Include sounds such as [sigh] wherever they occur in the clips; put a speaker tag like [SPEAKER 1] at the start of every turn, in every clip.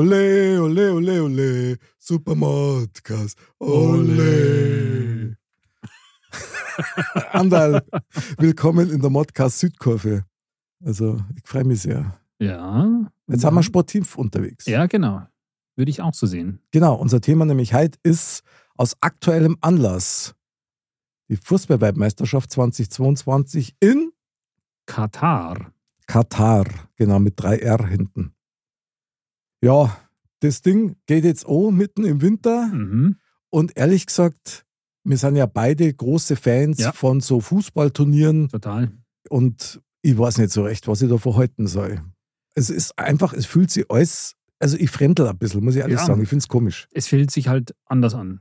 [SPEAKER 1] Ole, ole, ole, ole, Supermodcast, ole. Andal, willkommen in der Modcast Südkurve. Also, ich freue mich sehr.
[SPEAKER 2] Ja. mhm.
[SPEAKER 1] Jetzt haben wir sportiv unterwegs.
[SPEAKER 2] Ja, genau. Würde ich auch so sehen.
[SPEAKER 1] Genau, unser Thema nämlich heute ist aus aktuellem Anlass die Fußballweltmeisterschaft 2022 in
[SPEAKER 2] Katar.
[SPEAKER 1] Katar, genau, mit drei R hinten. Ja, das Ding geht jetzt auch mitten im Winter.
[SPEAKER 2] Mhm.
[SPEAKER 1] Und ehrlich gesagt, wir sind ja beide große Fans
[SPEAKER 2] Ja.
[SPEAKER 1] von so Fußballturnieren
[SPEAKER 2] Total.
[SPEAKER 1] und ich weiß nicht so recht, was ich da verhalten soll. Es ist einfach, es fühlt sich alles, also ich fremdel ein bisschen, muss ich ehrlich
[SPEAKER 2] Ja.
[SPEAKER 1] sagen. Ich finde es komisch.
[SPEAKER 2] Es fühlt sich halt anders an.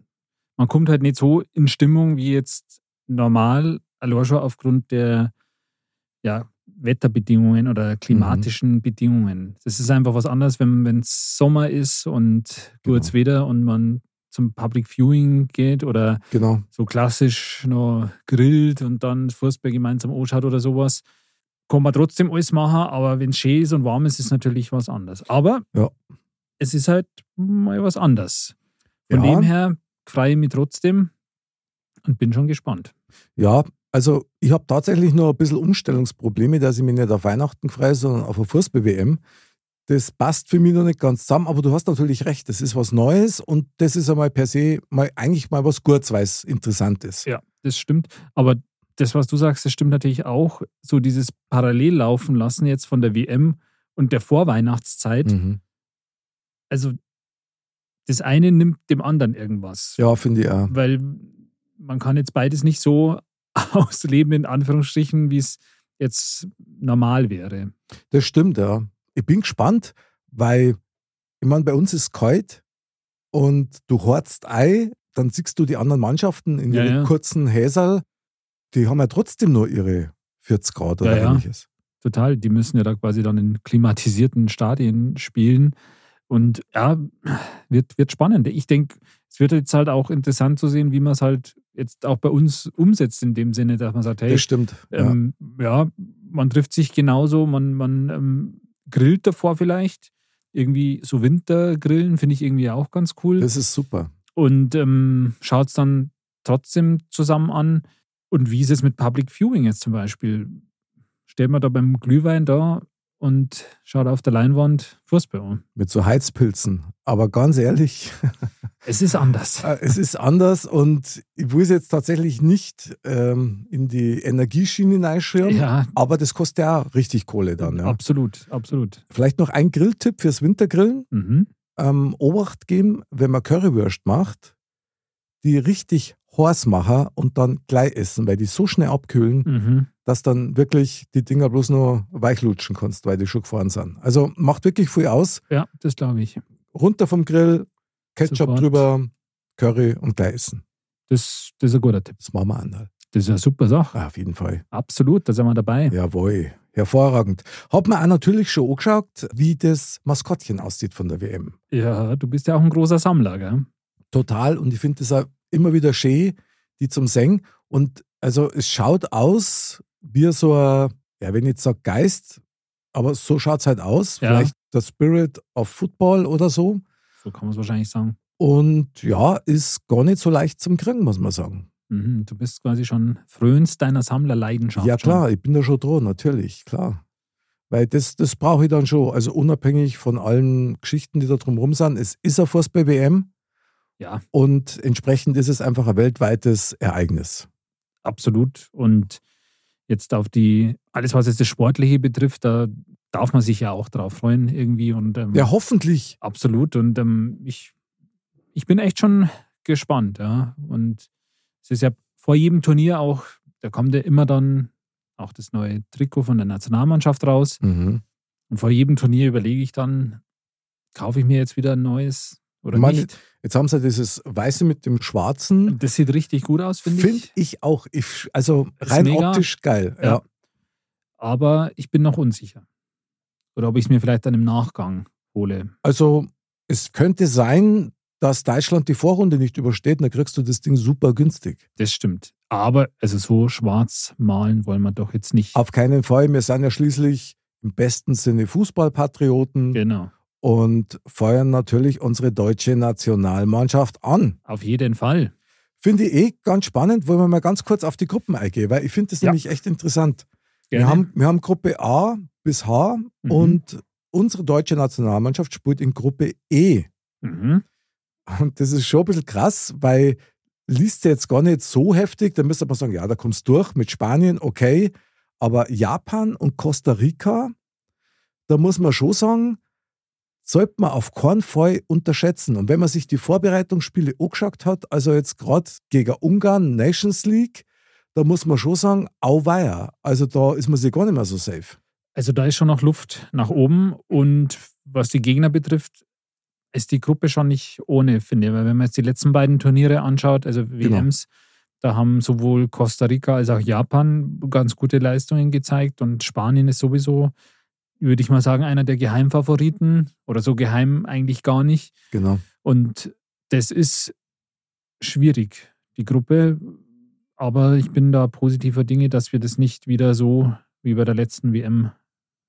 [SPEAKER 2] Man kommt halt nicht so in Stimmung wie jetzt normal, allein schon aufgrund der ja, Wetterbedingungen oder
[SPEAKER 1] Mhm.
[SPEAKER 2] klimatischen Bedingungen. Das ist einfach was anderes, wenn es Sommer ist und
[SPEAKER 1] Genau.
[SPEAKER 2] gutes Wetter und man zum Public Viewing geht oder
[SPEAKER 1] Genau.
[SPEAKER 2] so klassisch noch grillt und dann Fußball gemeinsam anschaut oder sowas. Kann man trotzdem alles machen, aber wenn es schön ist und warm ist, ist natürlich was anderes. Aber
[SPEAKER 1] Ja.
[SPEAKER 2] es ist halt mal was anderes. Von
[SPEAKER 1] ja,
[SPEAKER 2] dem her freue ich mich trotzdem und bin schon gespannt.
[SPEAKER 1] ja, also ich habe tatsächlich nur ein bisschen Umstellungsprobleme, dass ich mich nicht auf Weihnachten freue, sondern auf eine Fußball-WM. Das passt für mich noch nicht ganz zusammen, aber du hast natürlich recht, das ist was Neues und das ist einmal per se mal eigentlich mal was Gutes, weil es interessant ist.
[SPEAKER 2] Ja, das stimmt. Aber das, was du sagst, das stimmt natürlich auch. So dieses Parallellaufen lassen jetzt von der WM und der Vorweihnachtszeit.
[SPEAKER 1] Mhm.
[SPEAKER 2] Also das eine nimmt dem anderen irgendwas.
[SPEAKER 1] Ja, finde ich auch.
[SPEAKER 2] weil man kann jetzt beides nicht so [laughs] ausleben, in Anführungsstrichen, wie es jetzt normal wäre.
[SPEAKER 1] Das stimmt, ja. Ich bin gespannt, weil, ich meine, bei uns ist es kalt und du horzt ein, dann siehst du die anderen Mannschaften in
[SPEAKER 2] Ja,
[SPEAKER 1] ihren
[SPEAKER 2] ja.
[SPEAKER 1] kurzen Häserl, die haben ja trotzdem nur ihre 40 Grad oder
[SPEAKER 2] Ja, ja.
[SPEAKER 1] ähnliches.
[SPEAKER 2] Total, die müssen ja da quasi dann in klimatisierten Stadien spielen. Und ja, wird, wird spannend. Ich denke, es wird jetzt halt auch interessant zu sehen, wie man es halt jetzt auch bei uns umsetzt, in dem Sinne, dass man sagt, hey,
[SPEAKER 1] Das stimmt. ja.
[SPEAKER 2] Ähm, ja. man trifft sich genauso, man, man ähm, grillt davor vielleicht. Irgendwie so Wintergrillen finde ich irgendwie auch ganz cool.
[SPEAKER 1] Das ist super.
[SPEAKER 2] und ähm, schaut es dann trotzdem zusammen an. Und wie ist es mit Public Viewing jetzt zum Beispiel? Stellt man da beim Glühwein da und schaut auf der Leinwand Fußball an.
[SPEAKER 1] Mit so Heizpilzen. Aber ganz ehrlich, [laughs]
[SPEAKER 2] Es ist anders.
[SPEAKER 1] Äh, Es ist anders und ich will es jetzt tatsächlich nicht ähm, in die Energieschiene hineinschirmen,
[SPEAKER 2] Ähm, Ja,
[SPEAKER 1] aber das kostet ja richtig Kohle dann. Ja.
[SPEAKER 2] absolut, absolut.
[SPEAKER 1] Vielleicht noch ein Grilltipp fürs Wintergrillen.
[SPEAKER 2] Mhm.
[SPEAKER 1] Ähm, Obacht geben, wenn man Currywurst macht, die richtig heiß machen und dann gleich essen, weil die so schnell abkühlen,
[SPEAKER 2] Mhm.
[SPEAKER 1] dass dann wirklich die Dinger bloß nur weichlutschen kannst, weil die schon gefahren sind. Also macht wirklich viel aus.
[SPEAKER 2] Ja, das glaube ich.
[SPEAKER 1] Runter vom Grill, Ketchup
[SPEAKER 2] Sofort.
[SPEAKER 1] drüber, Curry und gleich essen.
[SPEAKER 2] Das, das ist ein guter Tipp.
[SPEAKER 1] Das machen wir einmal.
[SPEAKER 2] Das ist eine super Sache.
[SPEAKER 1] Ah, auf jeden Fall.
[SPEAKER 2] Absolut, da sind wir dabei.
[SPEAKER 1] Jawohl. Hervorragend. Hat man auch natürlich schon angeschaut, wie das Maskottchen aussieht von der WM.
[SPEAKER 2] Ja, du bist ja auch ein großer Sammler, gell?
[SPEAKER 1] Total. Und ich finde das auch immer wieder schön, die zum Singen. Und also es schaut aus wie so ein, ja, wenn ich jetzt sage Geist, aber so schaut es halt aus.
[SPEAKER 2] Ja.
[SPEAKER 1] Vielleicht der Spirit of Football oder so.
[SPEAKER 2] So kann man es wahrscheinlich sagen.
[SPEAKER 1] Und ja, ist gar nicht so leicht zum Kriegen, muss man sagen.
[SPEAKER 2] Mhm, du bist quasi schon frönst deiner Sammlerleidenschaft.
[SPEAKER 1] ja,
[SPEAKER 2] schon.
[SPEAKER 1] klar, ich bin da schon dran, natürlich, klar. Weil das, das brauche ich dann schon. Also unabhängig von allen Geschichten, die da drumherum sind, es ist ein Fußball-WM.
[SPEAKER 2] Ja.
[SPEAKER 1] Und entsprechend ist es einfach ein weltweites Ereignis.
[SPEAKER 2] absolut. Und jetzt auf die, alles was jetzt das Sportliche betrifft, da darf man sich ja auch drauf freuen irgendwie. Und ähm,
[SPEAKER 1] Ja, hoffentlich.
[SPEAKER 2] absolut. Und ähm, ich, ich bin echt schon gespannt, ja. Und es ist ja vor jedem Turnier auch, da kommt ja immer dann auch das neue Trikot von der Nationalmannschaft raus. Und vor jedem Turnier überlege ich dann, kaufe ich mir jetzt wieder ein neues oder
[SPEAKER 1] Man-
[SPEAKER 2] nicht.
[SPEAKER 1] Jetzt haben sie ja dieses Weiße mit dem Schwarzen.
[SPEAKER 2] Und das sieht richtig gut aus,
[SPEAKER 1] Finde
[SPEAKER 2] finde
[SPEAKER 1] ich. auch. Ich, sch- also
[SPEAKER 2] Ist
[SPEAKER 1] rein
[SPEAKER 2] mega.
[SPEAKER 1] optisch geil. Ja.
[SPEAKER 2] Ja. aber ich bin noch unsicher. Oder ob ich es mir vielleicht dann im Nachgang hole.
[SPEAKER 1] Also es könnte sein, dass Deutschland die Vorrunde nicht übersteht, und dann kriegst du das Ding super günstig.
[SPEAKER 2] Das stimmt. Aber also so schwarz malen wollen wir doch jetzt nicht.
[SPEAKER 1] Auf keinen Fall. Wir sind ja schließlich im besten Sinne Fußballpatrioten
[SPEAKER 2] Genau.
[SPEAKER 1] und feuern natürlich unsere deutsche Nationalmannschaft an.
[SPEAKER 2] Auf jeden Fall.
[SPEAKER 1] Finde ich eh ganz spannend, wollen wir mal ganz kurz auf die Gruppen eingehen, weil ich finde das
[SPEAKER 2] Ja.
[SPEAKER 1] nämlich echt interessant.
[SPEAKER 2] Gerne.
[SPEAKER 1] Wir haben, wir haben Gruppe A bis H
[SPEAKER 2] Mhm.
[SPEAKER 1] und unsere deutsche Nationalmannschaft spielt in Gruppe E.
[SPEAKER 2] Mhm.
[SPEAKER 1] Und das ist schon ein bisschen krass, weil liest sie jetzt gar nicht so heftig, dann müsste man sagen, ja, da kommst du durch mit Spanien, okay. Aber Japan und Costa Rica, da muss man schon sagen, sollte man auf keinen Fall unterschätzen. Und wenn man sich die Vorbereitungsspiele angeschaut hat, also jetzt gerade gegen Ungarn, Nations League, da muss man schon sagen, auweia. Also da ist man sich gar nicht mehr so safe.
[SPEAKER 2] Also da ist schon noch Luft nach oben. Und was die Gegner betrifft, ist die Gruppe schon nicht ohne, finde ich. Weil wenn man jetzt die letzten beiden Turniere anschaut, also WMs, da haben sowohl Costa Rica als auch Japan ganz gute Leistungen gezeigt. Und Spanien ist sowieso, würde ich mal sagen, einer der Geheimfavoriten. Oder so geheim eigentlich gar nicht.
[SPEAKER 1] Genau.
[SPEAKER 2] Und das ist schwierig, die Gruppe. Aber ich bin da positiver Dinge, dass wir das nicht wieder so wie bei der letzten WM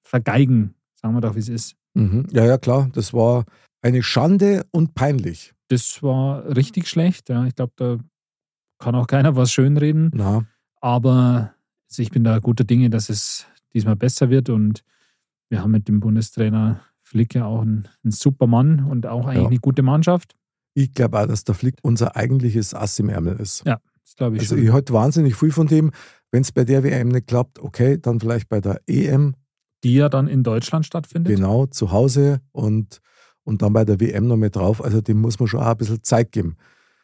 [SPEAKER 2] vergeigen. Sagen wir doch, wie es ist.
[SPEAKER 1] Mhm. Ja, ja, klar. Das war eine Schande und peinlich.
[SPEAKER 2] Das war richtig schlecht. Ja. Ich glaube, da kann auch keiner was schönreden.
[SPEAKER 1] Na,
[SPEAKER 2] Aber also ich bin da guter Dinge, dass es diesmal besser wird. Und wir haben mit dem Bundestrainer Flick ja auch einen, einen super Mann und auch eigentlich
[SPEAKER 1] Ja.
[SPEAKER 2] eine gute Mannschaft.
[SPEAKER 1] Ich glaube auch, dass der Flick unser eigentliches Ass im Ärmel ist.
[SPEAKER 2] Das glaube ich
[SPEAKER 1] Also
[SPEAKER 2] schon.
[SPEAKER 1] ich halte wahnsinnig viel von dem. Wenn es bei der WM nicht klappt, okay, dann vielleicht bei der EM,
[SPEAKER 2] Die ja dann in Deutschland stattfindet.
[SPEAKER 1] genau, zu Hause und, und dann bei der WM noch mit drauf. Also dem muss man schon auch ein bisschen Zeit geben.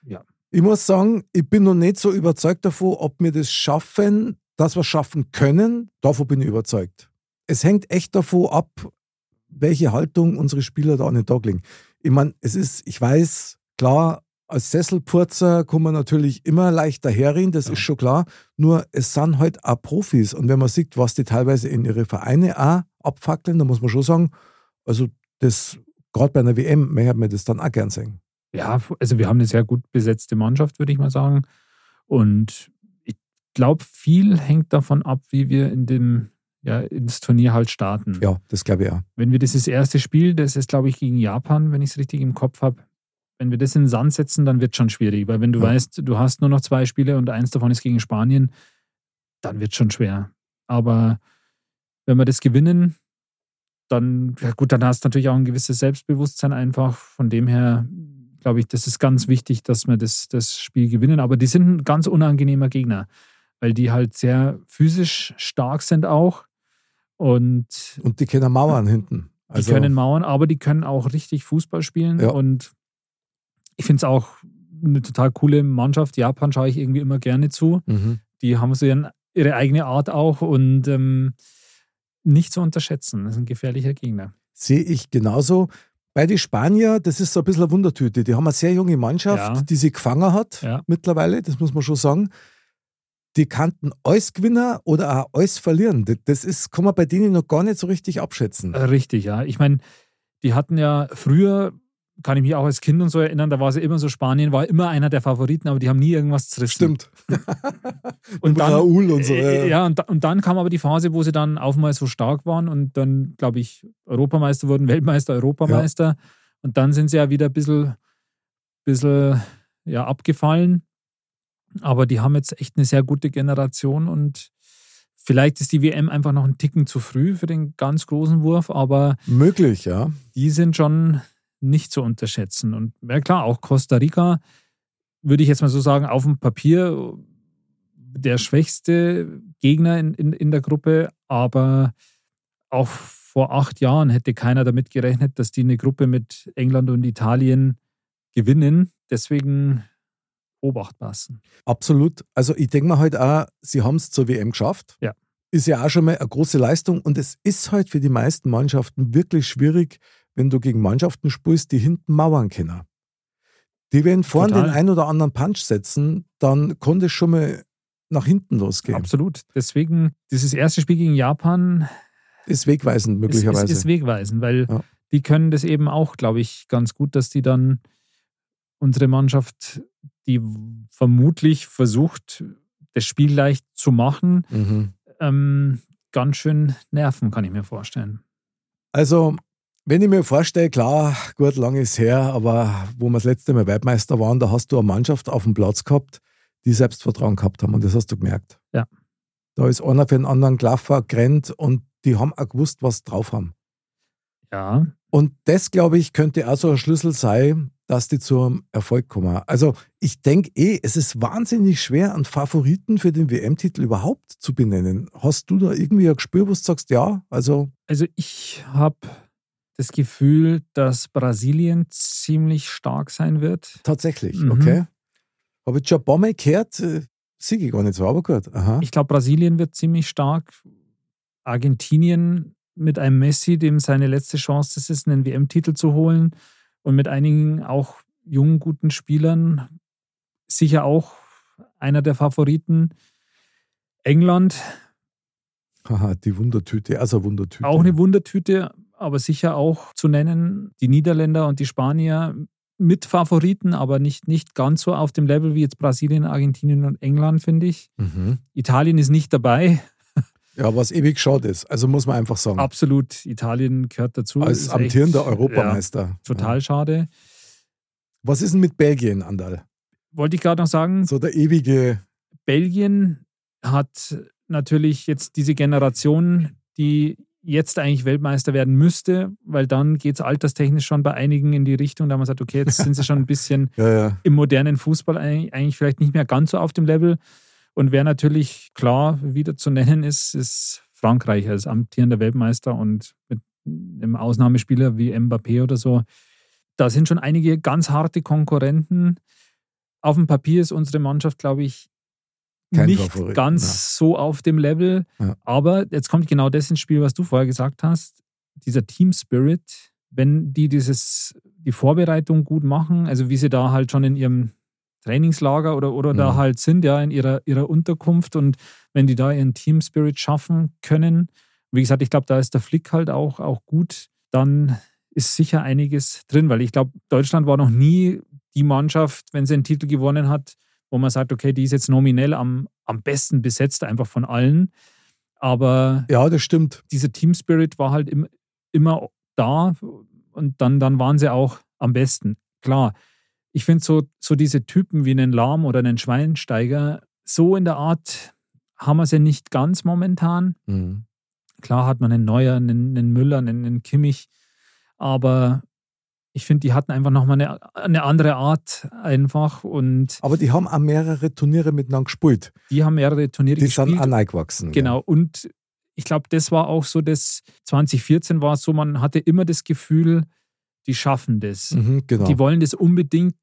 [SPEAKER 2] Ja.
[SPEAKER 1] Ich muss sagen, ich bin noch nicht so überzeugt davon, ob wir das schaffen, dass wir es schaffen können. Davon bin ich überzeugt. Es hängt echt davon ab, welche Haltung unsere Spieler da an den Tag legen. Ich meine, es ist, ich weiß, klar, als Sesselpurzer kann man natürlich immer leicht daherreden, das
[SPEAKER 2] Ja.
[SPEAKER 1] ist schon klar. Nur es sind halt auch Profis. Und wenn man sieht, was die teilweise in ihre Vereine auch abfackeln, dann muss man schon sagen, also das, gerade bei einer WM, möchte man das dann auch gern sehen.
[SPEAKER 2] ja, also wir haben eine sehr gut besetzte Mannschaft, würde ich mal sagen. Und ich glaube, viel hängt davon ab, wie wir in dem, ja, ins Turnier halt starten.
[SPEAKER 1] Ja, das glaube ich auch.
[SPEAKER 2] Wenn wir dieses erste Spiel, das ist, glaube ich, gegen Japan, wenn ich es richtig im Kopf habe, wenn wir das in den Sand setzen, dann wird schon schwierig. Weil wenn du
[SPEAKER 1] Ja.
[SPEAKER 2] weißt, du hast nur noch zwei Spiele und eins davon ist gegen Spanien, dann wird schon schwer. Aber wenn wir das gewinnen, dann, ja gut, dann hast du natürlich auch ein gewisses Selbstbewusstsein einfach. Von dem her, glaube ich, das ist ganz wichtig, dass wir das, das Spiel gewinnen. Aber die sind ein ganz unangenehmer Gegner, weil die halt sehr physisch stark sind auch. Und
[SPEAKER 1] Und die können Mauern hinten.
[SPEAKER 2] die können Mauern, aber die können auch richtig Fußball spielen.
[SPEAKER 1] Also Ja.
[SPEAKER 2] Und ich finde es auch eine total coole Mannschaft. Japan schaue ich irgendwie immer gerne zu.
[SPEAKER 1] Mhm.
[SPEAKER 2] Die haben so ihren, ihre eigene Art auch und ähm, nicht zu unterschätzen. Das ist ein gefährlicher Gegner.
[SPEAKER 1] Sehe ich genauso. Bei den Spanier, das ist so ein bisschen eine Wundertüte. Die haben eine sehr junge Mannschaft,
[SPEAKER 2] Ja.
[SPEAKER 1] die sie gefangen hat
[SPEAKER 2] Ja.
[SPEAKER 1] mittlerweile, das muss man schon sagen. Die kannten alles Gewinner oder auch alles verlieren. Das- Das ist, kann man bei denen noch gar nicht so richtig abschätzen.
[SPEAKER 2] Richtig, ja. Ich meine, die hatten ja früher, kann ich mich auch als Kind und so erinnern, da war sie immer so, Spanien war immer einer der Favoriten, aber die haben nie irgendwas zerrissen.
[SPEAKER 1] Stimmt. [laughs]
[SPEAKER 2] Und dann,
[SPEAKER 1] Raoul und so.
[SPEAKER 2] Äh,
[SPEAKER 1] Ja.
[SPEAKER 2] Ja, und, da- und dann kam aber die Phase, wo sie dann auf einmal so stark waren und dann, glaube ich, Europameister wurden, [laughs] Weltmeister, Europameister. Und dann sind sie ja wieder ein bisschen, bisschen ja, abgefallen. Aber die haben jetzt echt eine sehr gute Generation und vielleicht ist die WM einfach noch einen Ticken zu früh für den ganz großen Wurf, aber
[SPEAKER 1] Möglich, ja.
[SPEAKER 2] die sind schon nicht zu unterschätzen. Und ja klar, auch Costa Rica, würde ich jetzt mal so sagen, auf dem Papier der schwächste Gegner in, in, in der Gruppe, aber auch vor acht Jahren hätte keiner damit gerechnet, dass die eine Gruppe mit England und Italien gewinnen. Deswegen Obacht passen.
[SPEAKER 1] Absolut. Also ich denke mir halt auch, sie haben es zur WM geschafft.
[SPEAKER 2] Ja.
[SPEAKER 1] Ist ja auch schon mal eine große Leistung. Und es ist halt für die meisten Mannschaften wirklich schwierig, wenn du gegen Mannschaften spielst, die hinten Mauern können. Die werden vorne den
[SPEAKER 2] Total.
[SPEAKER 1] ein oder anderen Punch setzen, dann konnte es schon mal nach hinten losgehen.
[SPEAKER 2] Absolut. Deswegen dieses erste Spiel gegen Japan,
[SPEAKER 1] Ist wegweisend
[SPEAKER 2] Es
[SPEAKER 1] möglicherweise.
[SPEAKER 2] Ist, ist wegweisend, weil
[SPEAKER 1] Ja.
[SPEAKER 2] die können das eben auch, glaube ich, ganz gut, dass die dann unsere Mannschaft, die vermutlich versucht, das Spiel leicht zu machen,
[SPEAKER 1] mhm.
[SPEAKER 2] ähm, ganz schön nerven, kann ich mir vorstellen.
[SPEAKER 1] Also Wenn ich mir vorstelle, klar, gut, lang ist her, aber wo wir das letzte Mal Weltmeister waren, da hast du eine Mannschaft auf dem Platz gehabt, die Selbstvertrauen gehabt haben und das hast du gemerkt.
[SPEAKER 2] Ja.
[SPEAKER 1] Da ist einer für den anderen gelaufen, gerannt und die haben auch gewusst, was drauf haben.
[SPEAKER 2] Ja,
[SPEAKER 1] Und das, glaube ich, könnte auch so ein Schlüssel sein, dass die zum Erfolg kommen. Also ich denke eh, es ist wahnsinnig schwer, einen Favoriten für den WM-Titel überhaupt zu benennen. Hast du da irgendwie ein Gespür, wo du sagst, ja, also
[SPEAKER 2] also ich habe das Gefühl, dass Brasilien ziemlich stark sein wird.
[SPEAKER 1] tatsächlich,
[SPEAKER 2] Mhm.
[SPEAKER 1] okay. Habe ich schon ein paar Mal gehört, äh, siege ich gar nicht so, aber gut. Aha.
[SPEAKER 2] Ich glaube, Brasilien wird ziemlich stark. Argentinien mit einem Messi, dem seine letzte Chance das ist, einen WM-Titel zu holen und mit einigen auch jungen, guten Spielern sicher auch einer der Favoriten. England,
[SPEAKER 1] Haha, die Wundertüte, also Wundertüte.
[SPEAKER 2] auch eine Wundertüte, aber sicher auch zu nennen. Die Niederländer und die Spanier mit Favoriten, aber nicht, nicht ganz so auf dem Level wie jetzt Brasilien, Argentinien und England, finde ich.
[SPEAKER 1] Mhm.
[SPEAKER 2] Italien ist nicht dabei,
[SPEAKER 1] Ja, was ewig schade ist. Also muss man einfach sagen,
[SPEAKER 2] Absolut, Italien gehört dazu.
[SPEAKER 1] als
[SPEAKER 2] Ist
[SPEAKER 1] amtierender
[SPEAKER 2] echt,
[SPEAKER 1] Europameister.
[SPEAKER 2] Ja, total schade.
[SPEAKER 1] Was ist denn mit Belgien, Andal?
[SPEAKER 2] Wollte ich gerade noch sagen,
[SPEAKER 1] So der ewige
[SPEAKER 2] Belgien hat natürlich jetzt diese Generation, die jetzt eigentlich Weltmeister werden müsste, weil dann geht es alterstechnisch schon bei einigen in die Richtung, da man sagt, okay, jetzt sind sie schon
[SPEAKER 1] [laughs]
[SPEAKER 2] ein bisschen
[SPEAKER 1] Ja, ja.
[SPEAKER 2] im modernen Fußball eigentlich, eigentlich vielleicht nicht mehr ganz so auf dem Level. Und wer natürlich klar wieder zu nennen ist, ist Frankreich als amtierender Weltmeister und mit einem Ausnahmespieler wie Mbappé oder so. Da sind schon einige ganz harte Konkurrenten. Auf dem Papier ist unsere Mannschaft, glaube ich,
[SPEAKER 1] Kein
[SPEAKER 2] nicht
[SPEAKER 1] Favorit,
[SPEAKER 2] ganz so auf dem Level.
[SPEAKER 1] Ja.
[SPEAKER 2] Aber jetzt kommt genau das ins Spiel, was du vorher gesagt hast. Dieser Team Spirit, wenn die dieses, die Vorbereitung gut machen, also wie sie da halt schon in ihrem Trainingslager oder, oder da
[SPEAKER 1] Mhm.
[SPEAKER 2] halt sind, ja, in ihrer, ihrer Unterkunft und wenn die da ihren Team Spirit schaffen können, wie gesagt, ich glaube, da ist der Flick halt auch, auch gut, dann ist sicher einiges drin, weil ich glaube, Deutschland war noch nie die Mannschaft, wenn sie einen Titel gewonnen hat, wo man sagt, okay, die ist jetzt nominell am, am besten besetzt, einfach von allen. Aber
[SPEAKER 1] Ja, das stimmt.
[SPEAKER 2] dieser Team Spirit war halt im, immer da und dann, dann waren sie auch am besten. Klar, ich finde so, so diese Typen wie einen Lahm oder einen Schweinsteiger, so in der Art haben wir es ja nicht ganz momentan. Mhm. Klar hat man einen Neuer, einen, einen Müller, einen, einen Kimmich, aber ich finde, die hatten einfach nochmal eine, eine andere Art einfach und
[SPEAKER 1] Aber die haben auch mehrere Turniere miteinander gespielt.
[SPEAKER 2] die haben mehrere Turniere
[SPEAKER 1] Die
[SPEAKER 2] gespielt.
[SPEAKER 1] sind auch eingewachsen.
[SPEAKER 2] Genau. Und ich glaube, das war auch so, das 2014 war es so, man hatte immer das Gefühl, die schaffen das.
[SPEAKER 1] Ja. Mhm, genau.
[SPEAKER 2] Die wollen das unbedingt.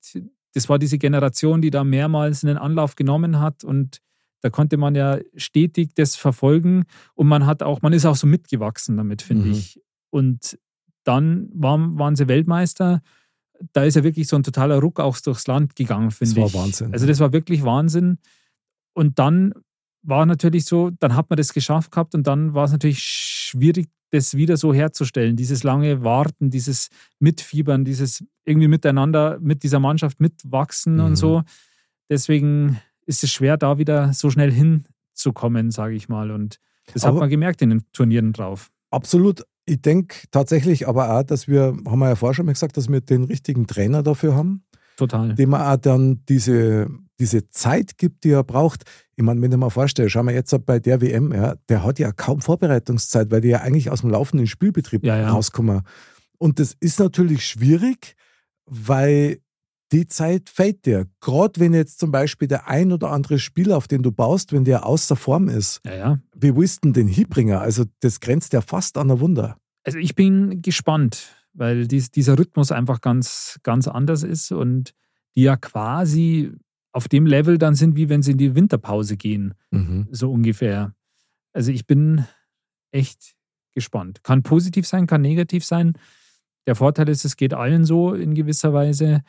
[SPEAKER 2] Das war diese Generation, die da mehrmals einen Anlauf genommen hat und da konnte man ja stetig das verfolgen und man hat auch, man ist auch so mitgewachsen damit, finde
[SPEAKER 1] Mhm.
[SPEAKER 2] ich. Und dann waren, waren sie Weltmeister. Da ist ja wirklich so ein totaler Ruck auch durchs Land gegangen, finde
[SPEAKER 1] war
[SPEAKER 2] ich.
[SPEAKER 1] Wahnsinn.
[SPEAKER 2] Also das war wirklich Wahnsinn. Und dann war natürlich so, dann hat man das geschafft gehabt und dann war es natürlich schwierig, das wieder so herzustellen. Dieses lange Warten, dieses Mitfiebern, dieses irgendwie miteinander, mit dieser Mannschaft mitwachsen
[SPEAKER 1] Mhm.
[SPEAKER 2] und so. Deswegen ist es schwer, da wieder so schnell hinzukommen, sage ich mal. Und das
[SPEAKER 1] Aber-
[SPEAKER 2] hat man gemerkt in den Turnieren drauf.
[SPEAKER 1] Absolut. Ich denke tatsächlich aber auch, dass wir, haben wir ja vorher schon mal gesagt, dass wir den richtigen Trainer dafür haben,
[SPEAKER 2] Total.
[SPEAKER 1] dem man auch dann diese, diese Zeit gibt, die er braucht. Ich meine, wenn ich mir vorstelle, schauen wir jetzt bei der WM, ja, der hat ja kaum Vorbereitungszeit, weil die ja eigentlich aus dem laufenden Spielbetrieb
[SPEAKER 2] Ja, ja.
[SPEAKER 1] rauskommen. Und das ist natürlich schwierig, weil die Zeit fällt dir. Gerade wenn jetzt zum Beispiel der ein oder andere Spieler, auf den du baust, wenn der außer Form ist,
[SPEAKER 2] Ja, ja.
[SPEAKER 1] wie willst du denn den hinbringen? Also das grenzt ja fast an ein Wunder.
[SPEAKER 2] Also ich bin gespannt, weil dies, dieser Rhythmus einfach ganz, ganz anders ist und die ja quasi auf dem Level dann sind, wie wenn sie in die Winterpause gehen, so ungefähr. Also ich bin echt gespannt. Kann positiv sein, kann negativ sein. Der Vorteil ist, es geht allen so in gewisser Weise.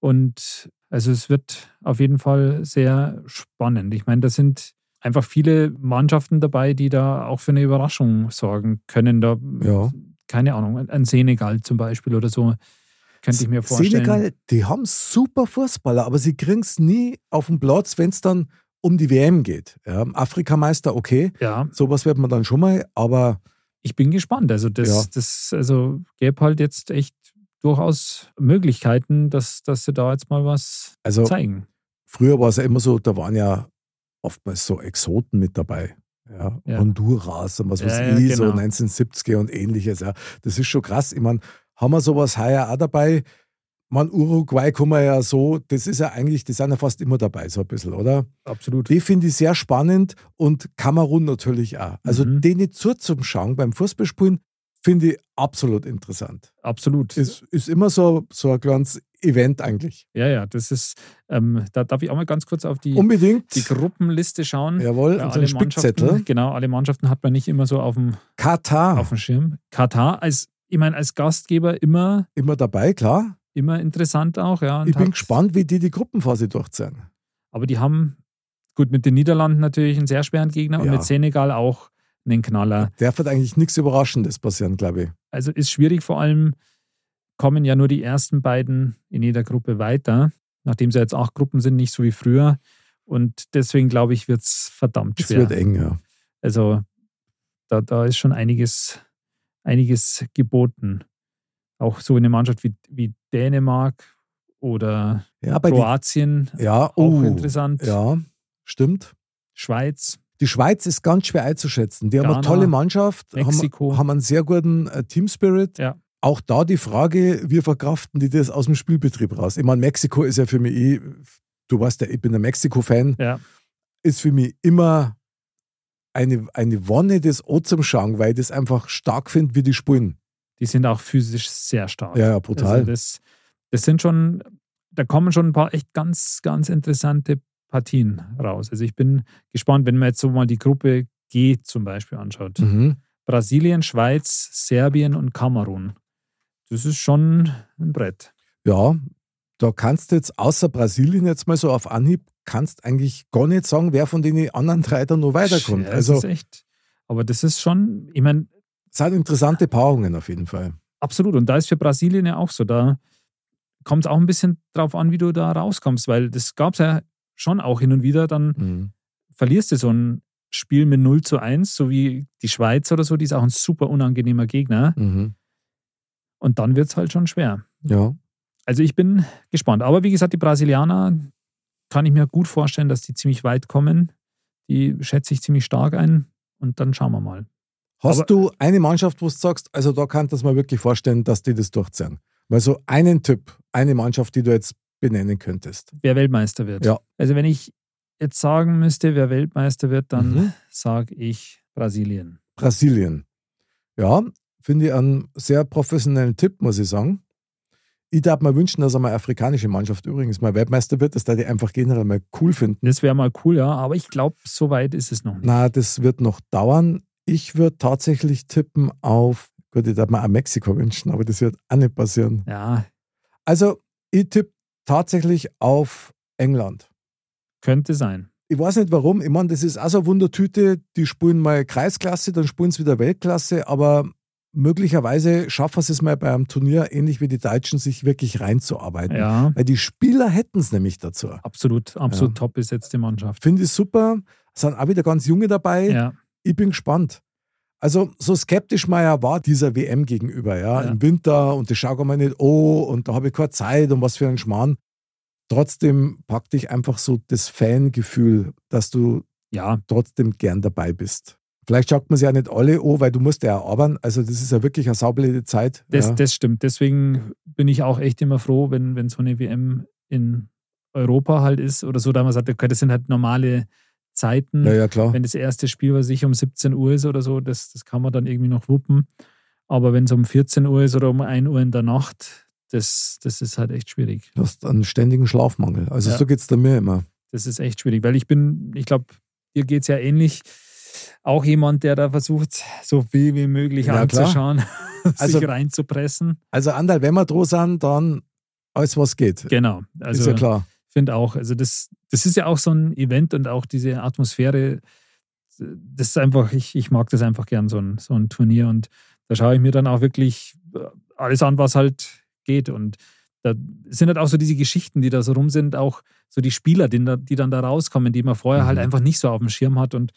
[SPEAKER 2] Und also es wird auf jeden Fall sehr spannend. Ich meine, da sind einfach viele Mannschaften dabei, die da auch für eine Überraschung sorgen können. Da
[SPEAKER 1] Ja.
[SPEAKER 2] keine Ahnung, ein- ein Senegal zum Beispiel oder so, könnte ich mir vorstellen.
[SPEAKER 1] Senegal, die haben super Fußballer, aber sie kriegen es nie auf den Platz, wenn es dann um die WM geht. Ja, Afrikameister, okay,
[SPEAKER 2] Ja,
[SPEAKER 1] sowas wird man dann schon mal, aber
[SPEAKER 2] ich bin gespannt. Also das,
[SPEAKER 1] Ja.
[SPEAKER 2] das also gäbe halt jetzt echt durchaus Möglichkeiten, dass, dass sie da jetzt mal was
[SPEAKER 1] Also
[SPEAKER 2] zeigen.
[SPEAKER 1] früher war es ja immer so, da waren ja oftmals so Exoten mit dabei. Ja,
[SPEAKER 2] Ja.
[SPEAKER 1] Honduras und was weiß
[SPEAKER 2] Ja, ja,
[SPEAKER 1] ich, so
[SPEAKER 2] genau.
[SPEAKER 1] 1970er und ähnliches. Ja. Das ist schon krass. Ich meine, haben wir sowas heuer auch dabei? Man, Uruguay kann man ja so, das ist ja eigentlich, die sind ja fast immer dabei, so ein bisschen, oder?
[SPEAKER 2] Absolut.
[SPEAKER 1] Die finde ich sehr spannend und Kamerun natürlich auch. Also
[SPEAKER 2] Mhm.
[SPEAKER 1] denen zuzuschauen beim Fußballspielen finde ich absolut interessant.
[SPEAKER 2] Absolut.
[SPEAKER 1] Ist, ist immer so, so ein kleines Event eigentlich.
[SPEAKER 2] ja, ja, das ist, ähm, da darf ich auch mal ganz kurz auf die,
[SPEAKER 1] Unbedingt.
[SPEAKER 2] die Gruppenliste schauen.
[SPEAKER 1] Jawohl,
[SPEAKER 2] Ja,
[SPEAKER 1] unseren Um also Spickzettel. Ah.
[SPEAKER 2] Mannschaften, genau, alle Mannschaften hat man nicht immer so auf dem,
[SPEAKER 1] Katar
[SPEAKER 2] auf dem Schirm. Katar als, ich meine, als Gastgeber immer,
[SPEAKER 1] immer dabei, klar.
[SPEAKER 2] immer interessant auch, ja. und
[SPEAKER 1] Ich bin
[SPEAKER 2] hat-
[SPEAKER 1] gespannt, wie die die Gruppenphase durchziehen.
[SPEAKER 2] Aber die haben, gut, mit den Niederlanden natürlich einen sehr schweren Gegner und
[SPEAKER 1] Ja.
[SPEAKER 2] mit Senegal auch einen Knaller.
[SPEAKER 1] Der wird eigentlich nichts Überraschendes passieren, glaube ich.
[SPEAKER 2] Also ist schwierig, vor allem kommen ja nur die ersten beiden in jeder Gruppe weiter, nachdem sie jetzt acht Gruppen sind, nicht so wie früher. Und deswegen glaube ich, wird es verdammt
[SPEAKER 1] Es
[SPEAKER 2] schwer.
[SPEAKER 1] wird eng, ja.
[SPEAKER 2] Also da, da ist schon einiges, einiges geboten. Auch so eine Mannschaft wie, wie Dänemark oder
[SPEAKER 1] Ja, bei die,
[SPEAKER 2] Kroatien,
[SPEAKER 1] ja,
[SPEAKER 2] auch
[SPEAKER 1] oh,
[SPEAKER 2] interessant.
[SPEAKER 1] ja, stimmt.
[SPEAKER 2] Schweiz,
[SPEAKER 1] Die Schweiz ist ganz schwer einzuschätzen. Die haben eine
[SPEAKER 2] Ghana,
[SPEAKER 1] tolle Mannschaft, haben,
[SPEAKER 2] Mexiko.
[SPEAKER 1] haben einen sehr guten äh, Teamspirit.
[SPEAKER 2] Ja.
[SPEAKER 1] Auch da die Frage, wie verkraften die das aus dem Spielbetrieb raus? Ich meine, Mexiko ist ja für mich eh, du weißt ja, ich bin ein Mexiko-Fan,
[SPEAKER 2] Ja.
[SPEAKER 1] ist für mich immer eine, eine Wonne, das auch zum Schauen, weil ich das einfach stark finde, wie die spielen.
[SPEAKER 2] die sind auch physisch sehr stark.
[SPEAKER 1] Ja, ja, brutal.
[SPEAKER 2] Also das, das sind schon, da kommen schon ein paar echt ganz, ganz interessante Partien raus. Also ich bin gespannt, wenn man jetzt so mal die Gruppe G zum Beispiel anschaut.
[SPEAKER 1] mhm.
[SPEAKER 2] Brasilien, Schweiz, Serbien und Kamerun. Das ist schon ein Brett.
[SPEAKER 1] Ja, da kannst du jetzt außer Brasilien jetzt mal so auf Anhieb, kannst eigentlich gar nicht sagen, wer von den anderen drei dann noch weiterkommt.
[SPEAKER 2] Ja, das
[SPEAKER 1] also
[SPEAKER 2] ist echt. Aber das ist schon, ich meine,
[SPEAKER 1] sind interessante Paarungen auf jeden Fall.
[SPEAKER 2] absolut. Und da ist für Brasilien ja auch so. Da kommt es auch ein bisschen drauf an, wie du da rauskommst, weil das gab es ja schon auch hin und wieder. Dann
[SPEAKER 1] Mhm.
[SPEAKER 2] verlierst du so ein Spiel mit 0 zu 1, so wie die Schweiz oder so, die ist auch ein super unangenehmer Gegner.
[SPEAKER 1] Mhm.
[SPEAKER 2] Und dann wird es halt schon schwer.
[SPEAKER 1] Ja.
[SPEAKER 2] Also ich bin gespannt. Aber wie gesagt, die Brasilianer kann ich mir gut vorstellen, dass die ziemlich weit kommen. Die schätze ich ziemlich stark ein. Und dann schauen wir mal.
[SPEAKER 1] Hast
[SPEAKER 2] Aber-
[SPEAKER 1] du eine Mannschaft, wo du sagst, also da kann das mal wirklich vorstellen, dass die das durchziehen? Mal so einen Tipp, eine Mannschaft, die du jetzt benennen könntest.
[SPEAKER 2] wer Weltmeister wird.
[SPEAKER 1] Ja.
[SPEAKER 2] Also wenn ich jetzt sagen müsste, wer Weltmeister wird, dann
[SPEAKER 1] Mhm.
[SPEAKER 2] sage ich Brasilien.
[SPEAKER 1] Brasilien. Ja, finde ich einen sehr professionellen Tipp, muss ich sagen. Ich darf mir wünschen, dass einmal eine afrikanische Mannschaft übrigens mal Weltmeister wird, dass da die einfach generell mal cool finden.
[SPEAKER 2] Das wäre mal cool, ja, aber ich glaube, so weit ist es noch nicht.
[SPEAKER 1] Na, das wird noch dauern. Ich würde tatsächlich tippen auf, gut, ich darf mir auch Mexiko wünschen, aber das wird auch nicht passieren.
[SPEAKER 2] Ja,
[SPEAKER 1] Also, ich tippe tatsächlich auf England.
[SPEAKER 2] könnte sein.
[SPEAKER 1] Ich weiß nicht warum. Ich meine, das ist auch so eine Wundertüte. Die spielen mal Kreisklasse, dann spielen sie wieder Weltklasse, aber möglicherweise schaffen sie es mal bei einem Turnier, ähnlich wie die Deutschen, sich wirklich reinzuarbeiten.
[SPEAKER 2] Ja,
[SPEAKER 1] Weil die Spieler hätten es nämlich dazu.
[SPEAKER 2] absolut, absolut
[SPEAKER 1] Ja.
[SPEAKER 2] top besetzte Mannschaft.
[SPEAKER 1] Finde ich super. Sind auch wieder ganz junge dabei.
[SPEAKER 2] Ja,
[SPEAKER 1] ich bin gespannt. Also, so skeptisch man ja war dieser WM gegenüber, ja,
[SPEAKER 2] Ja.
[SPEAKER 1] im Winter und das schaut man nicht, oh, und da habe ich keine Zeit und was für ein Schmarrn. Trotzdem packt dich einfach so das Fangefühl, dass du
[SPEAKER 2] ja,
[SPEAKER 1] trotzdem gern dabei bist. Vielleicht schaut man sie ja nicht alle an, weil du musst ja arbeiten. Also, das ist ja wirklich eine saublöde Zeit.
[SPEAKER 2] das,
[SPEAKER 1] ja.
[SPEAKER 2] das stimmt. Deswegen bin ich auch echt immer froh, wenn, wenn so eine WM in Europa halt ist oder so, da man sagt, okay, das sind halt normale Zeiten.
[SPEAKER 1] ja, ja, klar.
[SPEAKER 2] wenn das erste Spiel bei sich um 17 Uhr ist oder so, das, das kann man dann irgendwie noch wuppen. Aber wenn es um 14 Uhr ist oder um 1 Uhr in der Nacht, das, das ist halt echt schwierig.
[SPEAKER 1] Du hast einen ständigen Schlafmangel. Also,
[SPEAKER 2] Ja.
[SPEAKER 1] so geht es mir immer.
[SPEAKER 2] Das ist echt schwierig, weil ich bin, ich glaube, dir geht es ja ähnlich. Auch jemand, der da versucht, so viel wie möglich
[SPEAKER 1] Ja, klar.
[SPEAKER 2] anzuschauen, [laughs]
[SPEAKER 1] Also-
[SPEAKER 2] sich reinzupressen.
[SPEAKER 1] Also, Andal, wenn wir dran sind, dann alles, was geht.
[SPEAKER 2] Genau.
[SPEAKER 1] ist
[SPEAKER 2] Also
[SPEAKER 1] ja klar.
[SPEAKER 2] finde auch, also das, das ist ja auch so ein Event und auch diese Atmosphäre, das ist einfach, ich, ich mag das einfach gern, so ein, so ein Turnier. Und da schaue ich mir dann auch wirklich äh, alles an, was halt geht. Und da sind halt auch so diese Geschichten, die da so rum sind, auch so die Spieler, die, da- die dann da rauskommen, die man vorher
[SPEAKER 1] Mhm.
[SPEAKER 2] halt einfach nicht so auf dem Schirm hat. Und